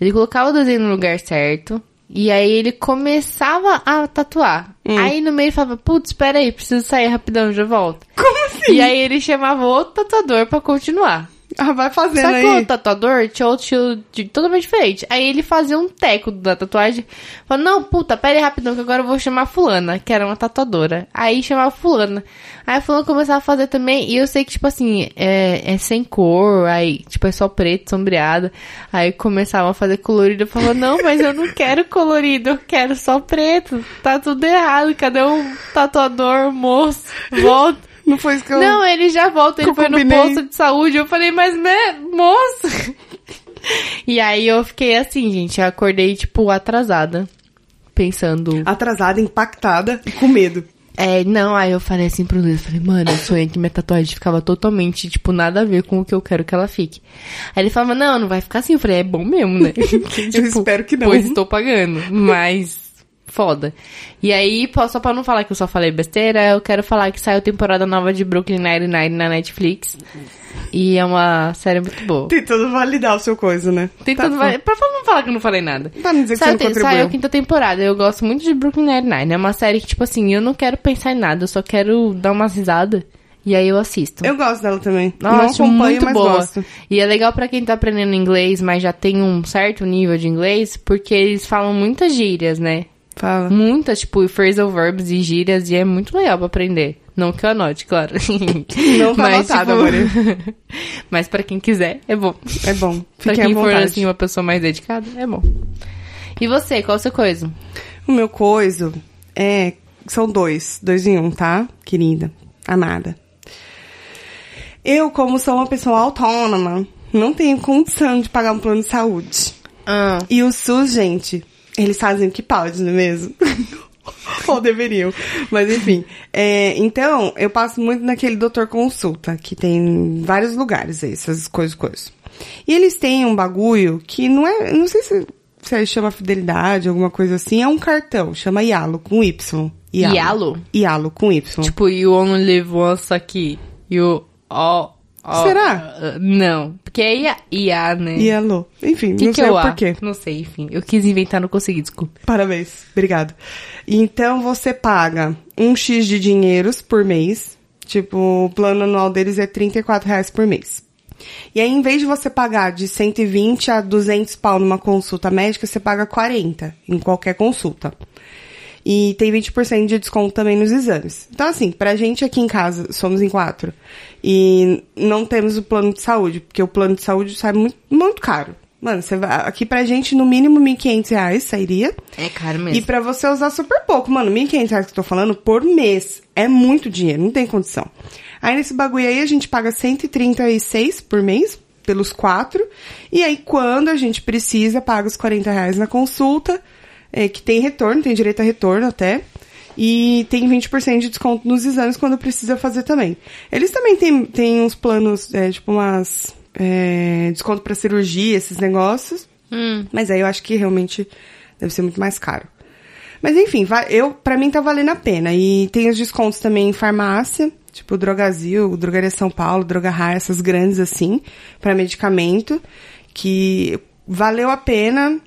A: Ele colocava o desenho no lugar certo. E aí ele começava a tatuar. Aí no meio ele falava, putz, espera aí, preciso sair rapidão, já volto.
B: Como assim?
A: E aí ele chamava outro tatuador pra continuar.
B: Ah, vai fazendo
A: Só que
B: aí.
A: o tatuador tá tinha outro estilo de- totalmente diferente. Aí ele fazia um teco da tatuagem. Falou, não, puta, pera aí rapidão que agora eu vou chamar fulana, que era uma tatuadora. Aí chamava fulana. Aí a fulana começava a fazer também. E eu sei que, tipo assim, é, é sem cor. Aí, tipo, é só preto, sombreado. Aí começava a fazer colorido. Eu falava, não, mas eu não quero colorido. Eu quero só preto. Tá tudo errado. Cadê o tatuador, moço? Volta.
B: Não foi isso que eu...
A: Não, ele já volta, ele
B: eu
A: foi no
B: combinei.
A: posto de saúde. Eu falei, mas né, moço? E aí eu fiquei assim, gente, eu acordei, tipo, atrasada. Pensando.
B: Atrasada, impactada e com medo.
A: É, não, aí eu falei assim pro Luiz, eu falei, mano, eu sonhei que minha tatuagem ficava totalmente, tipo, nada a ver com o que eu quero que ela fique. Aí ele falava, não, não vai ficar assim. Eu falei, é bom mesmo, né?
B: eu espero que não.
A: Pois estou pagando, mas foda. E aí, pô, só pra não falar que eu só falei besteira, eu quero falar que saiu temporada nova de Brooklyn Nine-Nine na Netflix. E é uma série muito boa.
B: Tentando validar o seu coisa, né?
A: Tentando, vai- pra não falar que eu não falei nada.
B: Pra não dizer que
A: Saiu,
B: você não
A: te-
B: contribuiu.
A: saiu a quinta temporada. Eu gosto muito de Brooklyn Nine-Nine. É uma série que, tipo assim, eu não quero pensar em nada. Eu só quero dar uma risada. E aí eu assisto.
B: Eu gosto dela também. não
A: Nossa,
B: acompanho,
A: muito
B: mas
A: boa.
B: gosto.
A: E é legal pra quem tá aprendendo inglês, mas já tem um certo nível de inglês, porque eles falam muitas gírias, né?
B: Fala.
A: Muitas, tipo, phrasal verbs e gírias, e é muito legal pra aprender. Não que eu anote, claro.
B: Não tá anotado,
A: tipo... Mas pra quem quiser, é bom.
B: É bom.
A: pra
B: Fiquem à
A: quem for,
B: vontade.
A: assim, uma pessoa mais dedicada, é bom. E você, qual a sua coisa?
B: O meu coiso é... São dois. Dois em um, tá? Querida. Amada. Eu, como sou uma pessoa autônoma, não tenho condição de pagar um plano de saúde.
A: Ah,
B: E o SUS, gente, eles fazem o que pode, não é mesmo? Ou deveriam. Mas enfim. É, então, eu passo muito naquele doutor consulta, que tem em vários lugares aí, essas coisas, coisas. E eles têm um bagulho que não é. Não sei se, se chama fidelidade, alguma coisa assim. É um cartão, chama Ialo com Y.
A: Ialo?
B: Ialo com Y.
F: Tipo,
A: tipo, you only live once aqui. You all...
F: Ó,
B: Será?
F: ah, não. Porque é IA, IA né?
B: E alô. Enfim,
F: Que
B: não
F: que
B: sei
F: é o
B: o
F: A?
B: porquê.
F: Não sei, enfim. Eu quis inventar, não consegui, desculpa.
B: Parabéns, obrigada. Então você paga um X de dinheiros por mês. Tipo, o plano anual deles é R$ 34 reais por mês. E aí, em vez de você pagar de 120 a 200 pau numa consulta médica, você paga 40 em qualquer consulta. E tem 20% de desconto também nos exames. Então, assim, pra gente aqui em casa, somos em quatro, e não temos o plano de saúde, porque o plano de saúde sai muito, muito caro. Mano, você vai, aqui pra gente, no mínimo, R$ 1.500 reais sairia.
F: É caro
B: E pra você usar super pouco, mano, 1.500 reais que eu tô falando por mês. É muito dinheiro, não tem condição. Aí nesse bagulho aí a gente paga 136 por mês, pelos quatro. E aí quando a gente precisa, paga os 40 reais na consulta, eh, que tem retorno, tem direito a retorno até. E tem 20% de desconto nos exames quando precisa fazer também. Eles também têm, têm uns planos, eh, tipo umas. eh, desconto pra cirurgia, esses negócios. Mas aí eu acho que realmente deve ser muito mais caro. Mas enfim, va- eu para mim tá valendo a pena. E tem os descontos também em farmácia, tipo Drogazil, Drogaria São Paulo, Drogarra, essas grandes assim, para medicamento, que valeu a pena.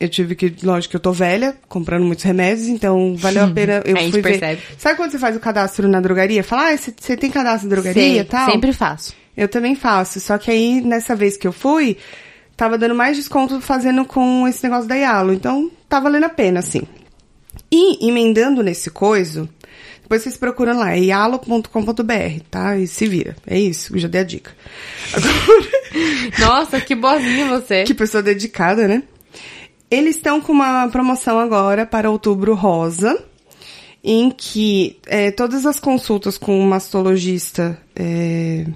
B: Eu tive que, lógico que eu tô velha, comprando muitos remédios, então valeu a pena. Eu
F: A gente
B: fui ver-
F: percebe.
B: Sabe quando você faz o cadastro na drogaria? Fala, ah, você- você tem cadastro na drogaria
F: Sei,
B: e tal?
F: Sempre faço.
B: Eu também faço, só que aí nessa vez que eu fui, tava dando mais desconto fazendo com esse negócio da Yalo, então tá valendo a pena, assim. E emendando nesse coiso, depois vocês procuram lá, é yalo.com.br, tá? E se vira. É isso, já dei a dica.
F: Nossa, que boazinha você.
B: Que pessoa dedicada, né? Eles estão com uma promoção agora para outubro rosa, em que eh, todas as consultas com o mastologista eh,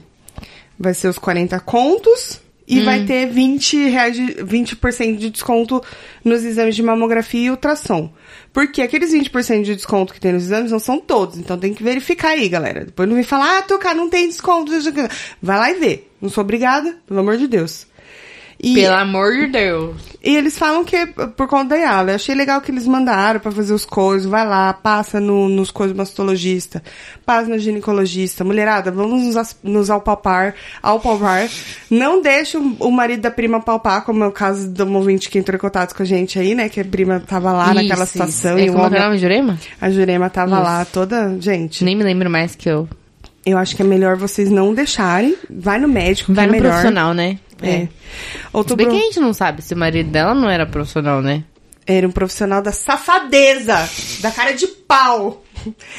B: vai ser os 40 contos e vai ter 20, reais de, 20% de desconto nos exames de mamografia e ultrassom. Porque aqueles 20% de desconto que tem nos exames não são todos, então tem que verificar aí, galera. Depois não vem falar, ah, Tuca, não tem desconto. Vai lá e vê. Não sou obrigada, pelo amor de Deus. E-
F: Pelo amor de Deus.
B: e eles falam que é por conta da Yala. Eu achei legal que eles mandaram pra fazer os coisas. Vai lá, passa no- nos coisas mastologista, passa no ginecologista. Mulherada, vamos nos, as- nos alpalpar, alpalpar. Não deixa o, o marido da prima palpar, como é o caso do ouvinte que entrou em contato com a gente aí, né? Que a prima tava lá
F: Isso,
B: naquela
F: isso.
B: situação
F: É
B: e o
F: como é que é o
B: homem,
F: nome Jurema?
B: a Jurema tava
F: Isso.
B: lá toda... Gente,
F: Nem me lembro mais que eu.
B: eu acho que é melhor vocês não deixarem. Vai no médico,
F: Vai
B: que
F: no
B: é melhor.
F: profissional, né?
B: É.
F: Tudo bem
B: Outubro...
F: que a gente não sabe se o marido dela não era profissional, né?
B: Era um profissional da safadeza, da cara de pau.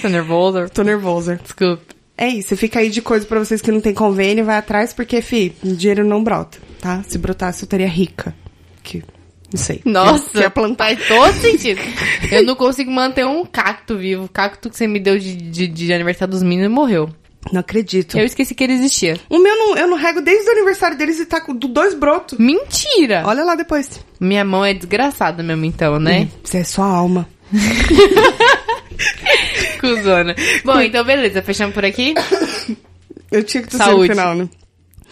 F: Tô nervosa.
B: Tô nervosa.
F: Desculpa.
B: É isso, fica aí de coisa pra vocês que não tem convênio, vai atrás, porque, fi, dinheiro não brota, tá? Se brotasse, eu estaria rica. Que, não sei.
F: Nossa,
B: Quer plantar.
F: faz todo sentido. Eu não consigo manter um cacto vivo. O cacto que você me deu de, de, de aniversário dos meninos morreu.
B: Não acredito.
F: Eu esqueci que ele existia.
B: O meu, não, eu não rego desde o aniversário deles e tá com do- dois brotos.
F: Mentira!
B: Olha lá depois.
F: Minha mão é desgraçada mesmo, então, né?
B: Isso é sua alma.
F: Cusona. Bom,
B: Hum.
F: então beleza, fechamos por aqui.
B: Eu tinha que tossir no
F: Saúde.
B: final, né?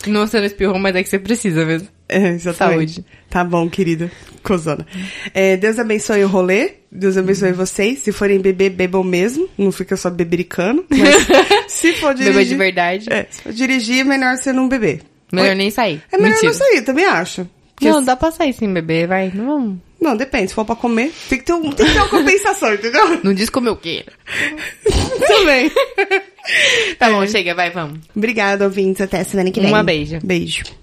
F: Não você não espirrou, mas é que você precisa mesmo.
B: É, exatamente.
F: Saúde.
B: Tá bom, querida. Cozona. É, Deus abençoe o rolê. Deus abençoe vocês. Se forem beber, bebam mesmo. Não fica só bebericando. Mas se for dirigir...
F: Beba de verdade.
B: É, se for dirigir, melhor você não beber.
F: Melhor
B: Oi?
F: nem sair.
B: É melhor
F: Mentira.
B: não sair, também acho. Porque
F: Não,
B: se-
F: dá pra sair sem beber, vai. Não, vamos.
B: não, depende. Se for pra comer, tem que ter, um, tem que ter uma compensação, entendeu?
F: não diz como eu queira.
B: também.
F: Tá bom, chega, vai, vamos.
B: É. Obrigada, ouvintes. Até semana que vem.
F: Uma beijo.
B: Beijo.